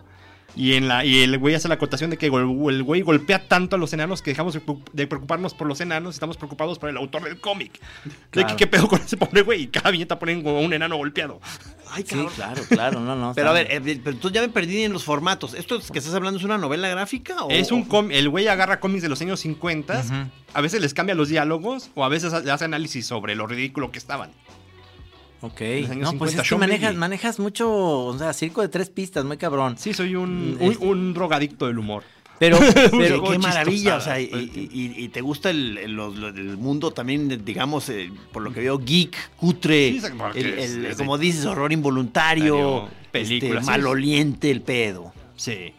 S2: Y, en la, y el güey hace la acotación de que gol- el güey golpea tanto a los enanos que dejamos de preocup- de preocuparnos por los enanos, estamos preocupados por el autor del cómic. De
S3: Claro.
S2: que qué pedo con ese pobre güey. Y cada viñeta ponen como un enano golpeado.
S1: Ay,
S3: Sí, claro, claro, no, no.
S1: Pero a
S3: está-
S1: ver, eh, pero entonces ya me perdí en los formatos. ¿Esto es que estás hablando es una novela gráfica? O,
S2: Es un cómic, el güey agarra cómics de los años 50, a veces les cambia los diálogos o a veces ha- le hace análisis sobre lo ridículo que estaban.
S3: Ok.
S2: los años
S3: No, pues
S2: 50,
S3: es que
S2: Sean
S3: manejas,
S2: Baby.
S3: manejas mucho, o sea, circo de tres pistas, muy cabrón.
S2: Sí, soy un,
S3: Mm,
S2: un,
S3: es-
S2: un drogadicto del humor.
S3: Pero,
S1: Pero
S3: pero
S1: qué maravilla, o sea, y, y- y- y te gusta el, el- los- los- el mundo también, de- digamos, eh, por lo que veo, geek, cutre,
S2: Sí, porque
S1: el-
S2: es-
S1: el-
S2: es de-
S1: como dices, horror involuntario,
S2: Películas,
S1: este,
S2: sí.
S1: maloliente el pedo.
S2: Sí.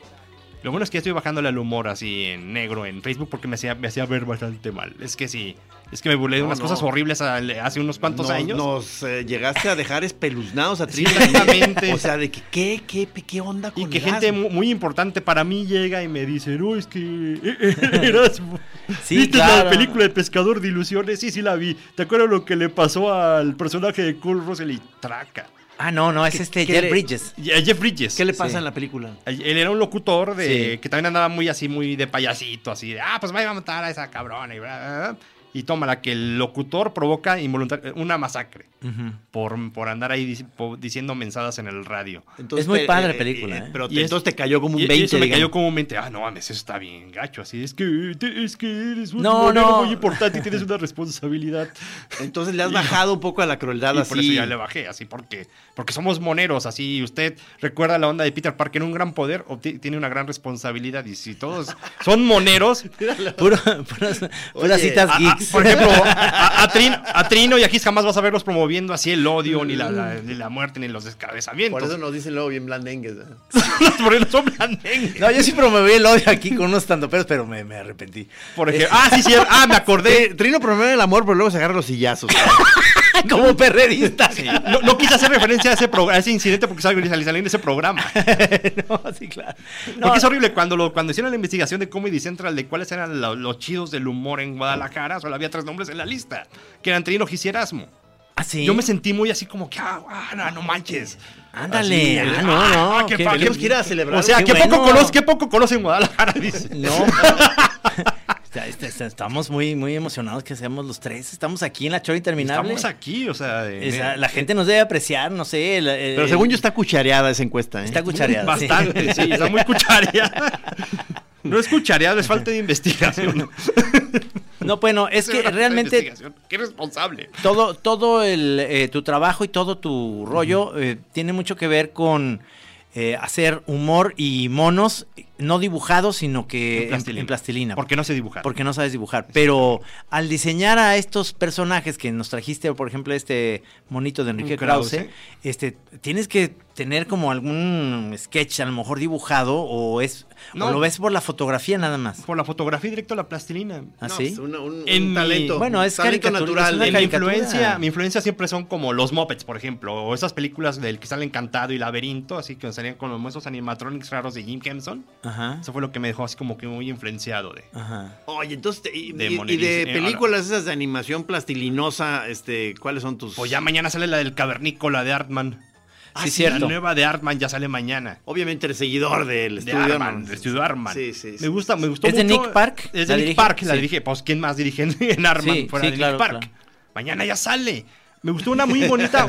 S2: Lo bueno es que ya estoy bajándole al humor así en negro en Facebook porque me hacía, me hacía ver bastante mal. Es que sí. Es que me burlé de
S1: No,
S2: unas
S1: no.
S2: cosas horribles al- hace unos cuantos
S1: Nos-
S2: años.
S1: Nos eh, llegaste a dejar espeluznados a
S2: Sí,
S1: Trino.
S2: exactamente.
S1: o sea, de que, ¿qué, qué, qué onda con
S2: y que
S1: Erasmo?
S2: gente mu- muy, importante para mí llega y me dice, no, es que eh, Erasmo,
S3: Sí,
S2: ¿viste
S3: claro.
S2: la película de Pescador de Ilusiones? Sí, sí la vi. ¿Te acuerdas lo que le pasó al personaje de Cole Russell y traca?
S3: Ah, no, no, es este
S1: qué
S3: Jeff
S1: le-
S3: Bridges.
S2: Y a Jeff Bridges.
S1: ¿Qué le pasa
S3: Sí.
S1: en la película?
S2: Él era un locutor de
S3: Sí.
S2: que también andaba muy así, muy de payasito, así de, ah, pues me iba a matar a esa cabrona y bla, bla, bla. Y toma la que el locutor provoca involuntar- una masacre por, por andar ahí dic- po- diciendo mensadas en el radio.
S1: Entonces, Es muy te- padre eh, película, eh, ¿eh? pero te- entonces te cayó como un
S2: y- y
S1: 20,
S2: eso me
S1: digamos.
S2: cayó como un 20. Ah, no mames, eso está bien gacho. Así es que, te- es que eres un
S1: No,
S2: bolero
S1: no.
S2: muy importante y tienes una responsabilidad.
S1: Entonces le has bajado un poco a la crueldad
S2: y
S1: así.
S2: por eso ya le bajé, así porque, porque somos moneros, así usted recuerda la onda de Peter Parker, un gran poder obti- tiene una gran responsabilidad y si todos son moneros,
S3: Puro- puras, puras citas
S2: a- a-
S3: geeks.
S2: por ejemplo, a, a Trin- a Trino y a Giz jamás vas a verlos promoviendo así el odio, ni la, la- ni la muerte, ni los descabezamientos.
S1: Por eso nos dicen luego bien blandengues. ¿eh?
S2: Por eso son blandengues.
S3: No, yo sí promoví el odio aquí con unos tantoperos, pero me, me arrepentí.
S1: Eh.
S2: Por ejemplo, ah, sí, sí, ah, me acordé.
S1: Tri- Trino promueve el amor, pero luego se agarra los sillazos.
S3: Como perrerista.
S2: No, no quise hacer referencia a ese, pro- a ese incidente porque salí, salí en ese programa.
S3: No, sí, claro. No,
S2: Porque es horrible, cuando, lo, cuando hicieron la investigación de Comedy Central de cuáles eran lo- los chidos del humor en Guadalajara, solo había tres nombres en la lista, que eran Trino Gis y Erasmo.
S3: ¿Ah, sí?
S2: Yo me sentí muy así como que, ah, ah, no, no manches.
S3: Ándale,
S2: Así,
S3: ah, no, no,
S2: qué
S3: qué-
S2: padre.
S3: tenemos que ir a celebrar,
S2: O sea,
S3: qué
S2: qué,
S3: bueno.
S2: poco conoce, qué poco conoce en Guadalajara, dice.
S3: No. Está- está- está- Estamos muy, muy emocionados que seamos los tres. Estamos aquí en la chora interminable.
S2: Estamos aquí, o sea. en-
S3: Esa- la gente nos debe apreciar, no sé. el- el-
S1: Pero según yo está cuchareada esa encuesta. ¿eh?
S3: Está cuchareada.
S2: Bastante, sí, está muy cuchareada. No es cuchareada, es falta de investigación.
S3: No, bueno, es
S2: Falta
S3: que
S2: de
S3: realmente
S2: investigación. Qué responsable.
S3: todo, todo el, eh, tu trabajo y todo tu rollo eh, tiene mucho que ver con eh, hacer humor y monos no dibujados, sino que Eh,
S2: En
S3: en en plastilina.
S2: plastilina. Porque no se dibujar.
S3: Porque no sabes dibujar. Pero al diseñar a estos personajes que nos trajiste, por ejemplo, este monito de Enrique
S2: Un Krause.
S3: Krause, este, tienes que tener como algún sketch a lo mejor dibujado o es o
S2: No.
S3: lo ves por la fotografía nada más.
S2: Por la fotografía y directo a la plastilina.
S3: ¿Ah,
S1: No,
S3: sí?
S1: pues, una- un, un
S2: En mi-
S1: talento.
S3: Bueno, es
S1: talento
S3: caricatura-
S1: natural.
S3: es una
S1: En
S2: En
S1: mi
S2: mi
S3: caricatura.
S2: influencia, mi influencia siempre son como los Muppets, por ejemplo, o esas películas del que sale Encantado y Laberinto, así que salían con esos animatronics raros de Jim Henson.
S3: Ajá.
S2: Eso fue lo que me dejó así como que muy influenciado de.
S3: Ajá.
S1: Oye, entonces, te- y,
S2: De
S1: y- y
S2: Moneriz-
S1: de
S2: eh, ahora-
S1: películas esas de animación plastilinosa, este, ¿cuáles son tus...?
S2: Pues ya mañana sale la del Cavernícola de Artman.
S1: Ah,
S3: Sí, cierto.
S2: La nueva de Artman ya sale mañana.
S1: Obviamente el seguidor del
S2: De
S1: estudio.
S2: Artman,
S1: ¿no?
S2: del estudio Artman.
S1: Sí, sí, sí.
S2: Me gusta, me gustó
S3: ¿Es de
S2: mucho.
S3: Nick Park?
S2: Es
S3: ¿La
S2: de Nick
S3: dirige?
S2: Park, la
S3: Sí.
S2: dirige. Pues, ¿quién más dirige en- en Arman
S3: Sí,
S2: fuera
S3: sí,
S2: de
S3: claro,
S2: Nick Park?
S3: claro.
S2: Mañana ya sale. Me gustó una muy bonita.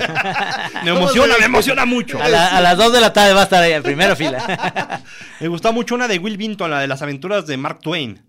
S2: me emociona, me emociona mucho.
S3: A, la- a las 2 de la tarde va a estar ahí en primera fila.
S2: Me gustó mucho una de Will Vinton, la de las aventuras de Mark Twain.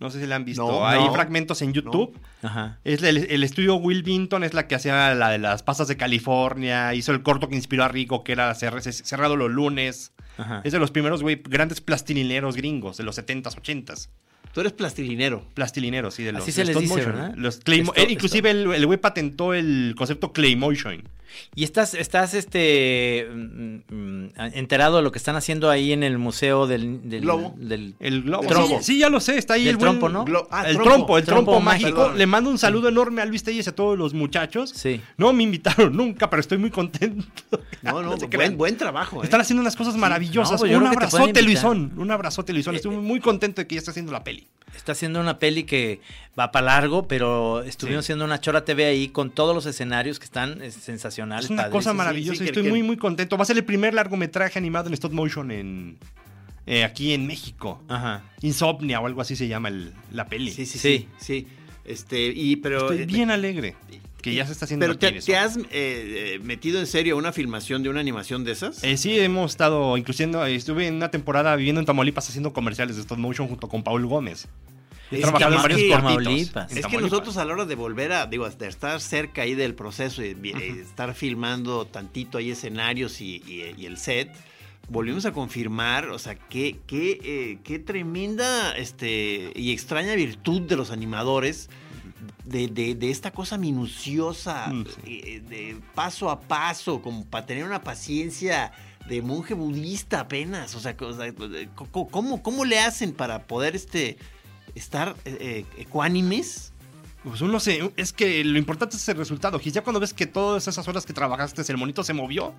S2: No sé si la han visto.
S1: No,
S2: Hay
S1: no.
S2: fragmentos en YouTube.
S3: Ajá.
S2: Es el, el estudio Will Vinton es la que hacía la de las pastas de California. Hizo el corto que inspiró a Rico, que era cer- cer- cerrado los lunes.
S3: Ajá.
S2: Es de los primeros, güey, grandes plastilineros gringos de los 70s, 80s.
S1: Tú eres plastilinero.
S2: Plastilineros, sí, de los.
S3: Así se
S2: de
S3: les
S2: stop
S3: dice,
S2: motion.
S3: ¿verdad?
S2: Los claymo-
S3: Stop-
S2: eh, inclusive el el güey patentó el concepto Claymotion.
S3: Y estás, estás este mm, mm, enterado de lo que están haciendo ahí en el museo del, del
S1: Globo.
S3: del-
S2: El globo.
S3: Del trompo.
S2: Sí, sí, ya lo sé, está ahí
S3: Del
S2: el buen-
S3: trompo, ¿no?
S2: glo-
S1: Ah,
S2: el
S1: trompo.
S2: trompo, el
S3: Trompo
S2: trompo,
S3: mágico.
S2: mágico.
S3: Perdón.
S2: Le mando un saludo enorme a Luis Telles y a todos los muchachos.
S3: Sí.
S2: No me invitaron nunca, pero estoy muy contento.
S1: No, no,
S2: se
S1: buen,
S2: Ah, crean.
S1: buen trabajo. ¿eh?
S2: Están haciendo unas cosas
S3: No,
S2: maravillosas.
S3: pues yo
S2: un
S3: creo que te pueden
S2: abrazote,
S3: invitar.
S2: Luisón. Un abrazote,
S1: Eh,
S2: Luisón. Estoy muy contento de que ya está haciendo la peli.
S3: Está haciendo una peli que va para largo, pero estuvieron
S2: Sí.
S3: haciendo una chora TV ahí con todos los escenarios que están eh, sensacionales.
S2: Es una cosa
S3: padrísimos.
S2: maravillosa.
S1: Ah, sí, que-
S2: Estoy
S1: que-
S2: muy, muy contento. Va a ser el primer largometraje animado en stop motion en eh, aquí en México.
S3: Ajá.
S2: Insomnia o algo así se llama el- la peli.
S1: Sí, sí, sí. sí,
S3: Sí.
S1: Este, y pero...
S2: Estoy
S1: eh,
S2: bien alegre que ya se está haciendo
S1: Pero
S2: aquí
S1: te,
S2: en eso.
S1: te has eh, eh, metido en serio a una filmación de una animación de esas?
S2: Eh, sí, hemos estado incluyendo, estuve en una temporada viviendo en Tamaulipas haciendo comerciales de stop motion junto con Paul Gómez. He
S1: Es
S2: trabajado en
S3: que-
S2: varios
S3: es que-
S2: cortitos.
S3: Tamaulipas.
S2: en
S1: Es que
S2: Tamaulipas.
S1: nosotros a la hora de volver a, digo, de estar cerca ahí del proceso y vi- eh, estar filmando tantito ahí escenarios y, y- y el set, volvimos a confirmar, o sea, qué, qué, eh, qué tremenda este, y extraña virtud de los animadores. De, de- de esta cosa minuciosa,
S2: Mm, sí.
S1: eh, de paso a paso, como para tener una paciencia de monje budista apenas. O sea, co- o sea, co- ¿cómo, cómo le hacen para poder este, estar eh, eh, ecuánimes?
S2: Pues uno se, es que lo importante es el resultado. Gis. ya cuando ves que todas esas horas que trabajaste, el monito se movió,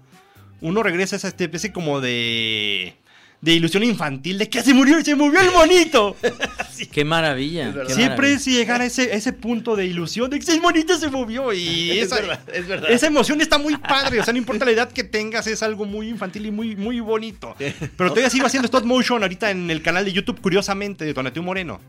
S2: uno regresa a esa especie como de, de ilusión infantil de que se murió, se movió el monito.
S3: Qué maravilla. qué
S2: Siempre
S3: maravilla.
S2: es llegar a ese, a ese punto de ilusión de que el monito se movió y esa, esa emoción está muy padre. O sea, no importa la edad que tengas, es algo muy infantil y muy, muy bonito. Pero todavía sigo haciendo stop motion ahorita en el canal de YouTube, curiosamente, de Tonatio Moreno.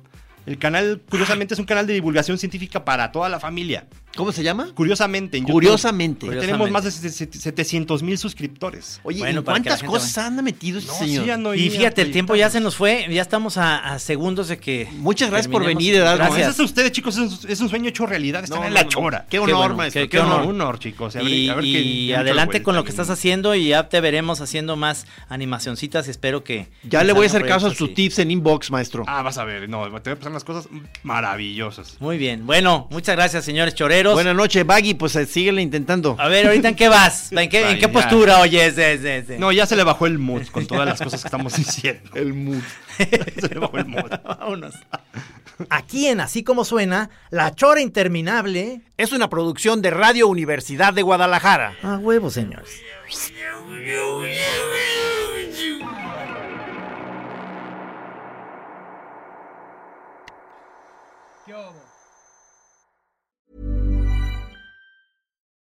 S2: El canal, curiosamente, es un canal de divulgación científica para toda la familia.
S1: ¿Cómo se llama?
S2: Curiosamente. en YouTube.
S1: Curiosamente.
S2: Ya Tenemos
S1: Curiosamente.
S2: más de 700 mil suscriptores.
S1: Oye, ¿en ¿cuántas cosas anda metido este
S2: No, sí,
S1: señor?
S2: ya no
S3: Pues Y
S2: ya
S3: fíjate, el
S2: proyectamos.
S3: tiempo ya se nos fue, ya estamos a, a segundos de que.
S1: Muchas gracias por
S3: terminemos.
S1: venir, Erasmo.
S3: Gracias.
S2: Gracias a ustedes, chicos. Es un, es un sueño hecho realidad. Están
S1: No,
S2: en
S1: no,
S2: la
S1: no.
S2: chora.
S1: Qué honor,
S3: bueno,
S1: maestro,
S3: qué-
S1: qué
S3: qué honor.
S2: honor, chicos. A ver-
S3: Y,
S2: a ver qué-
S3: y
S2: muchas
S3: adelante con lo que
S2: vueltas.
S3: estás haciendo y ya te veremos haciendo más animacioncitas. Espero que.
S1: Ya le voy a hacer caso a
S3: sus
S1: sus tips en inbox, maestro.
S2: Ah, vas a ver. No, te voy a pasar unas cosas maravillosas.
S3: Muy bien. Bueno, muchas gracias, señores choreros.
S1: Buenas noches, Baggy. Pues eh, síguele intentando.
S3: A ver, ahorita en qué vas. ¿En qué, en qué
S2: Ay, ya.
S3: postura, oye? es- es- es- es?
S2: No, ya se le bajó el mood con todas las cosas que estamos diciendo. El mood. se le bajó el mood.
S3: Vámonos.
S15: Aquí en Así Como Suena, La Chora Interminable es una producción de Radio Universidad de Guadalajara. A huevo, señores.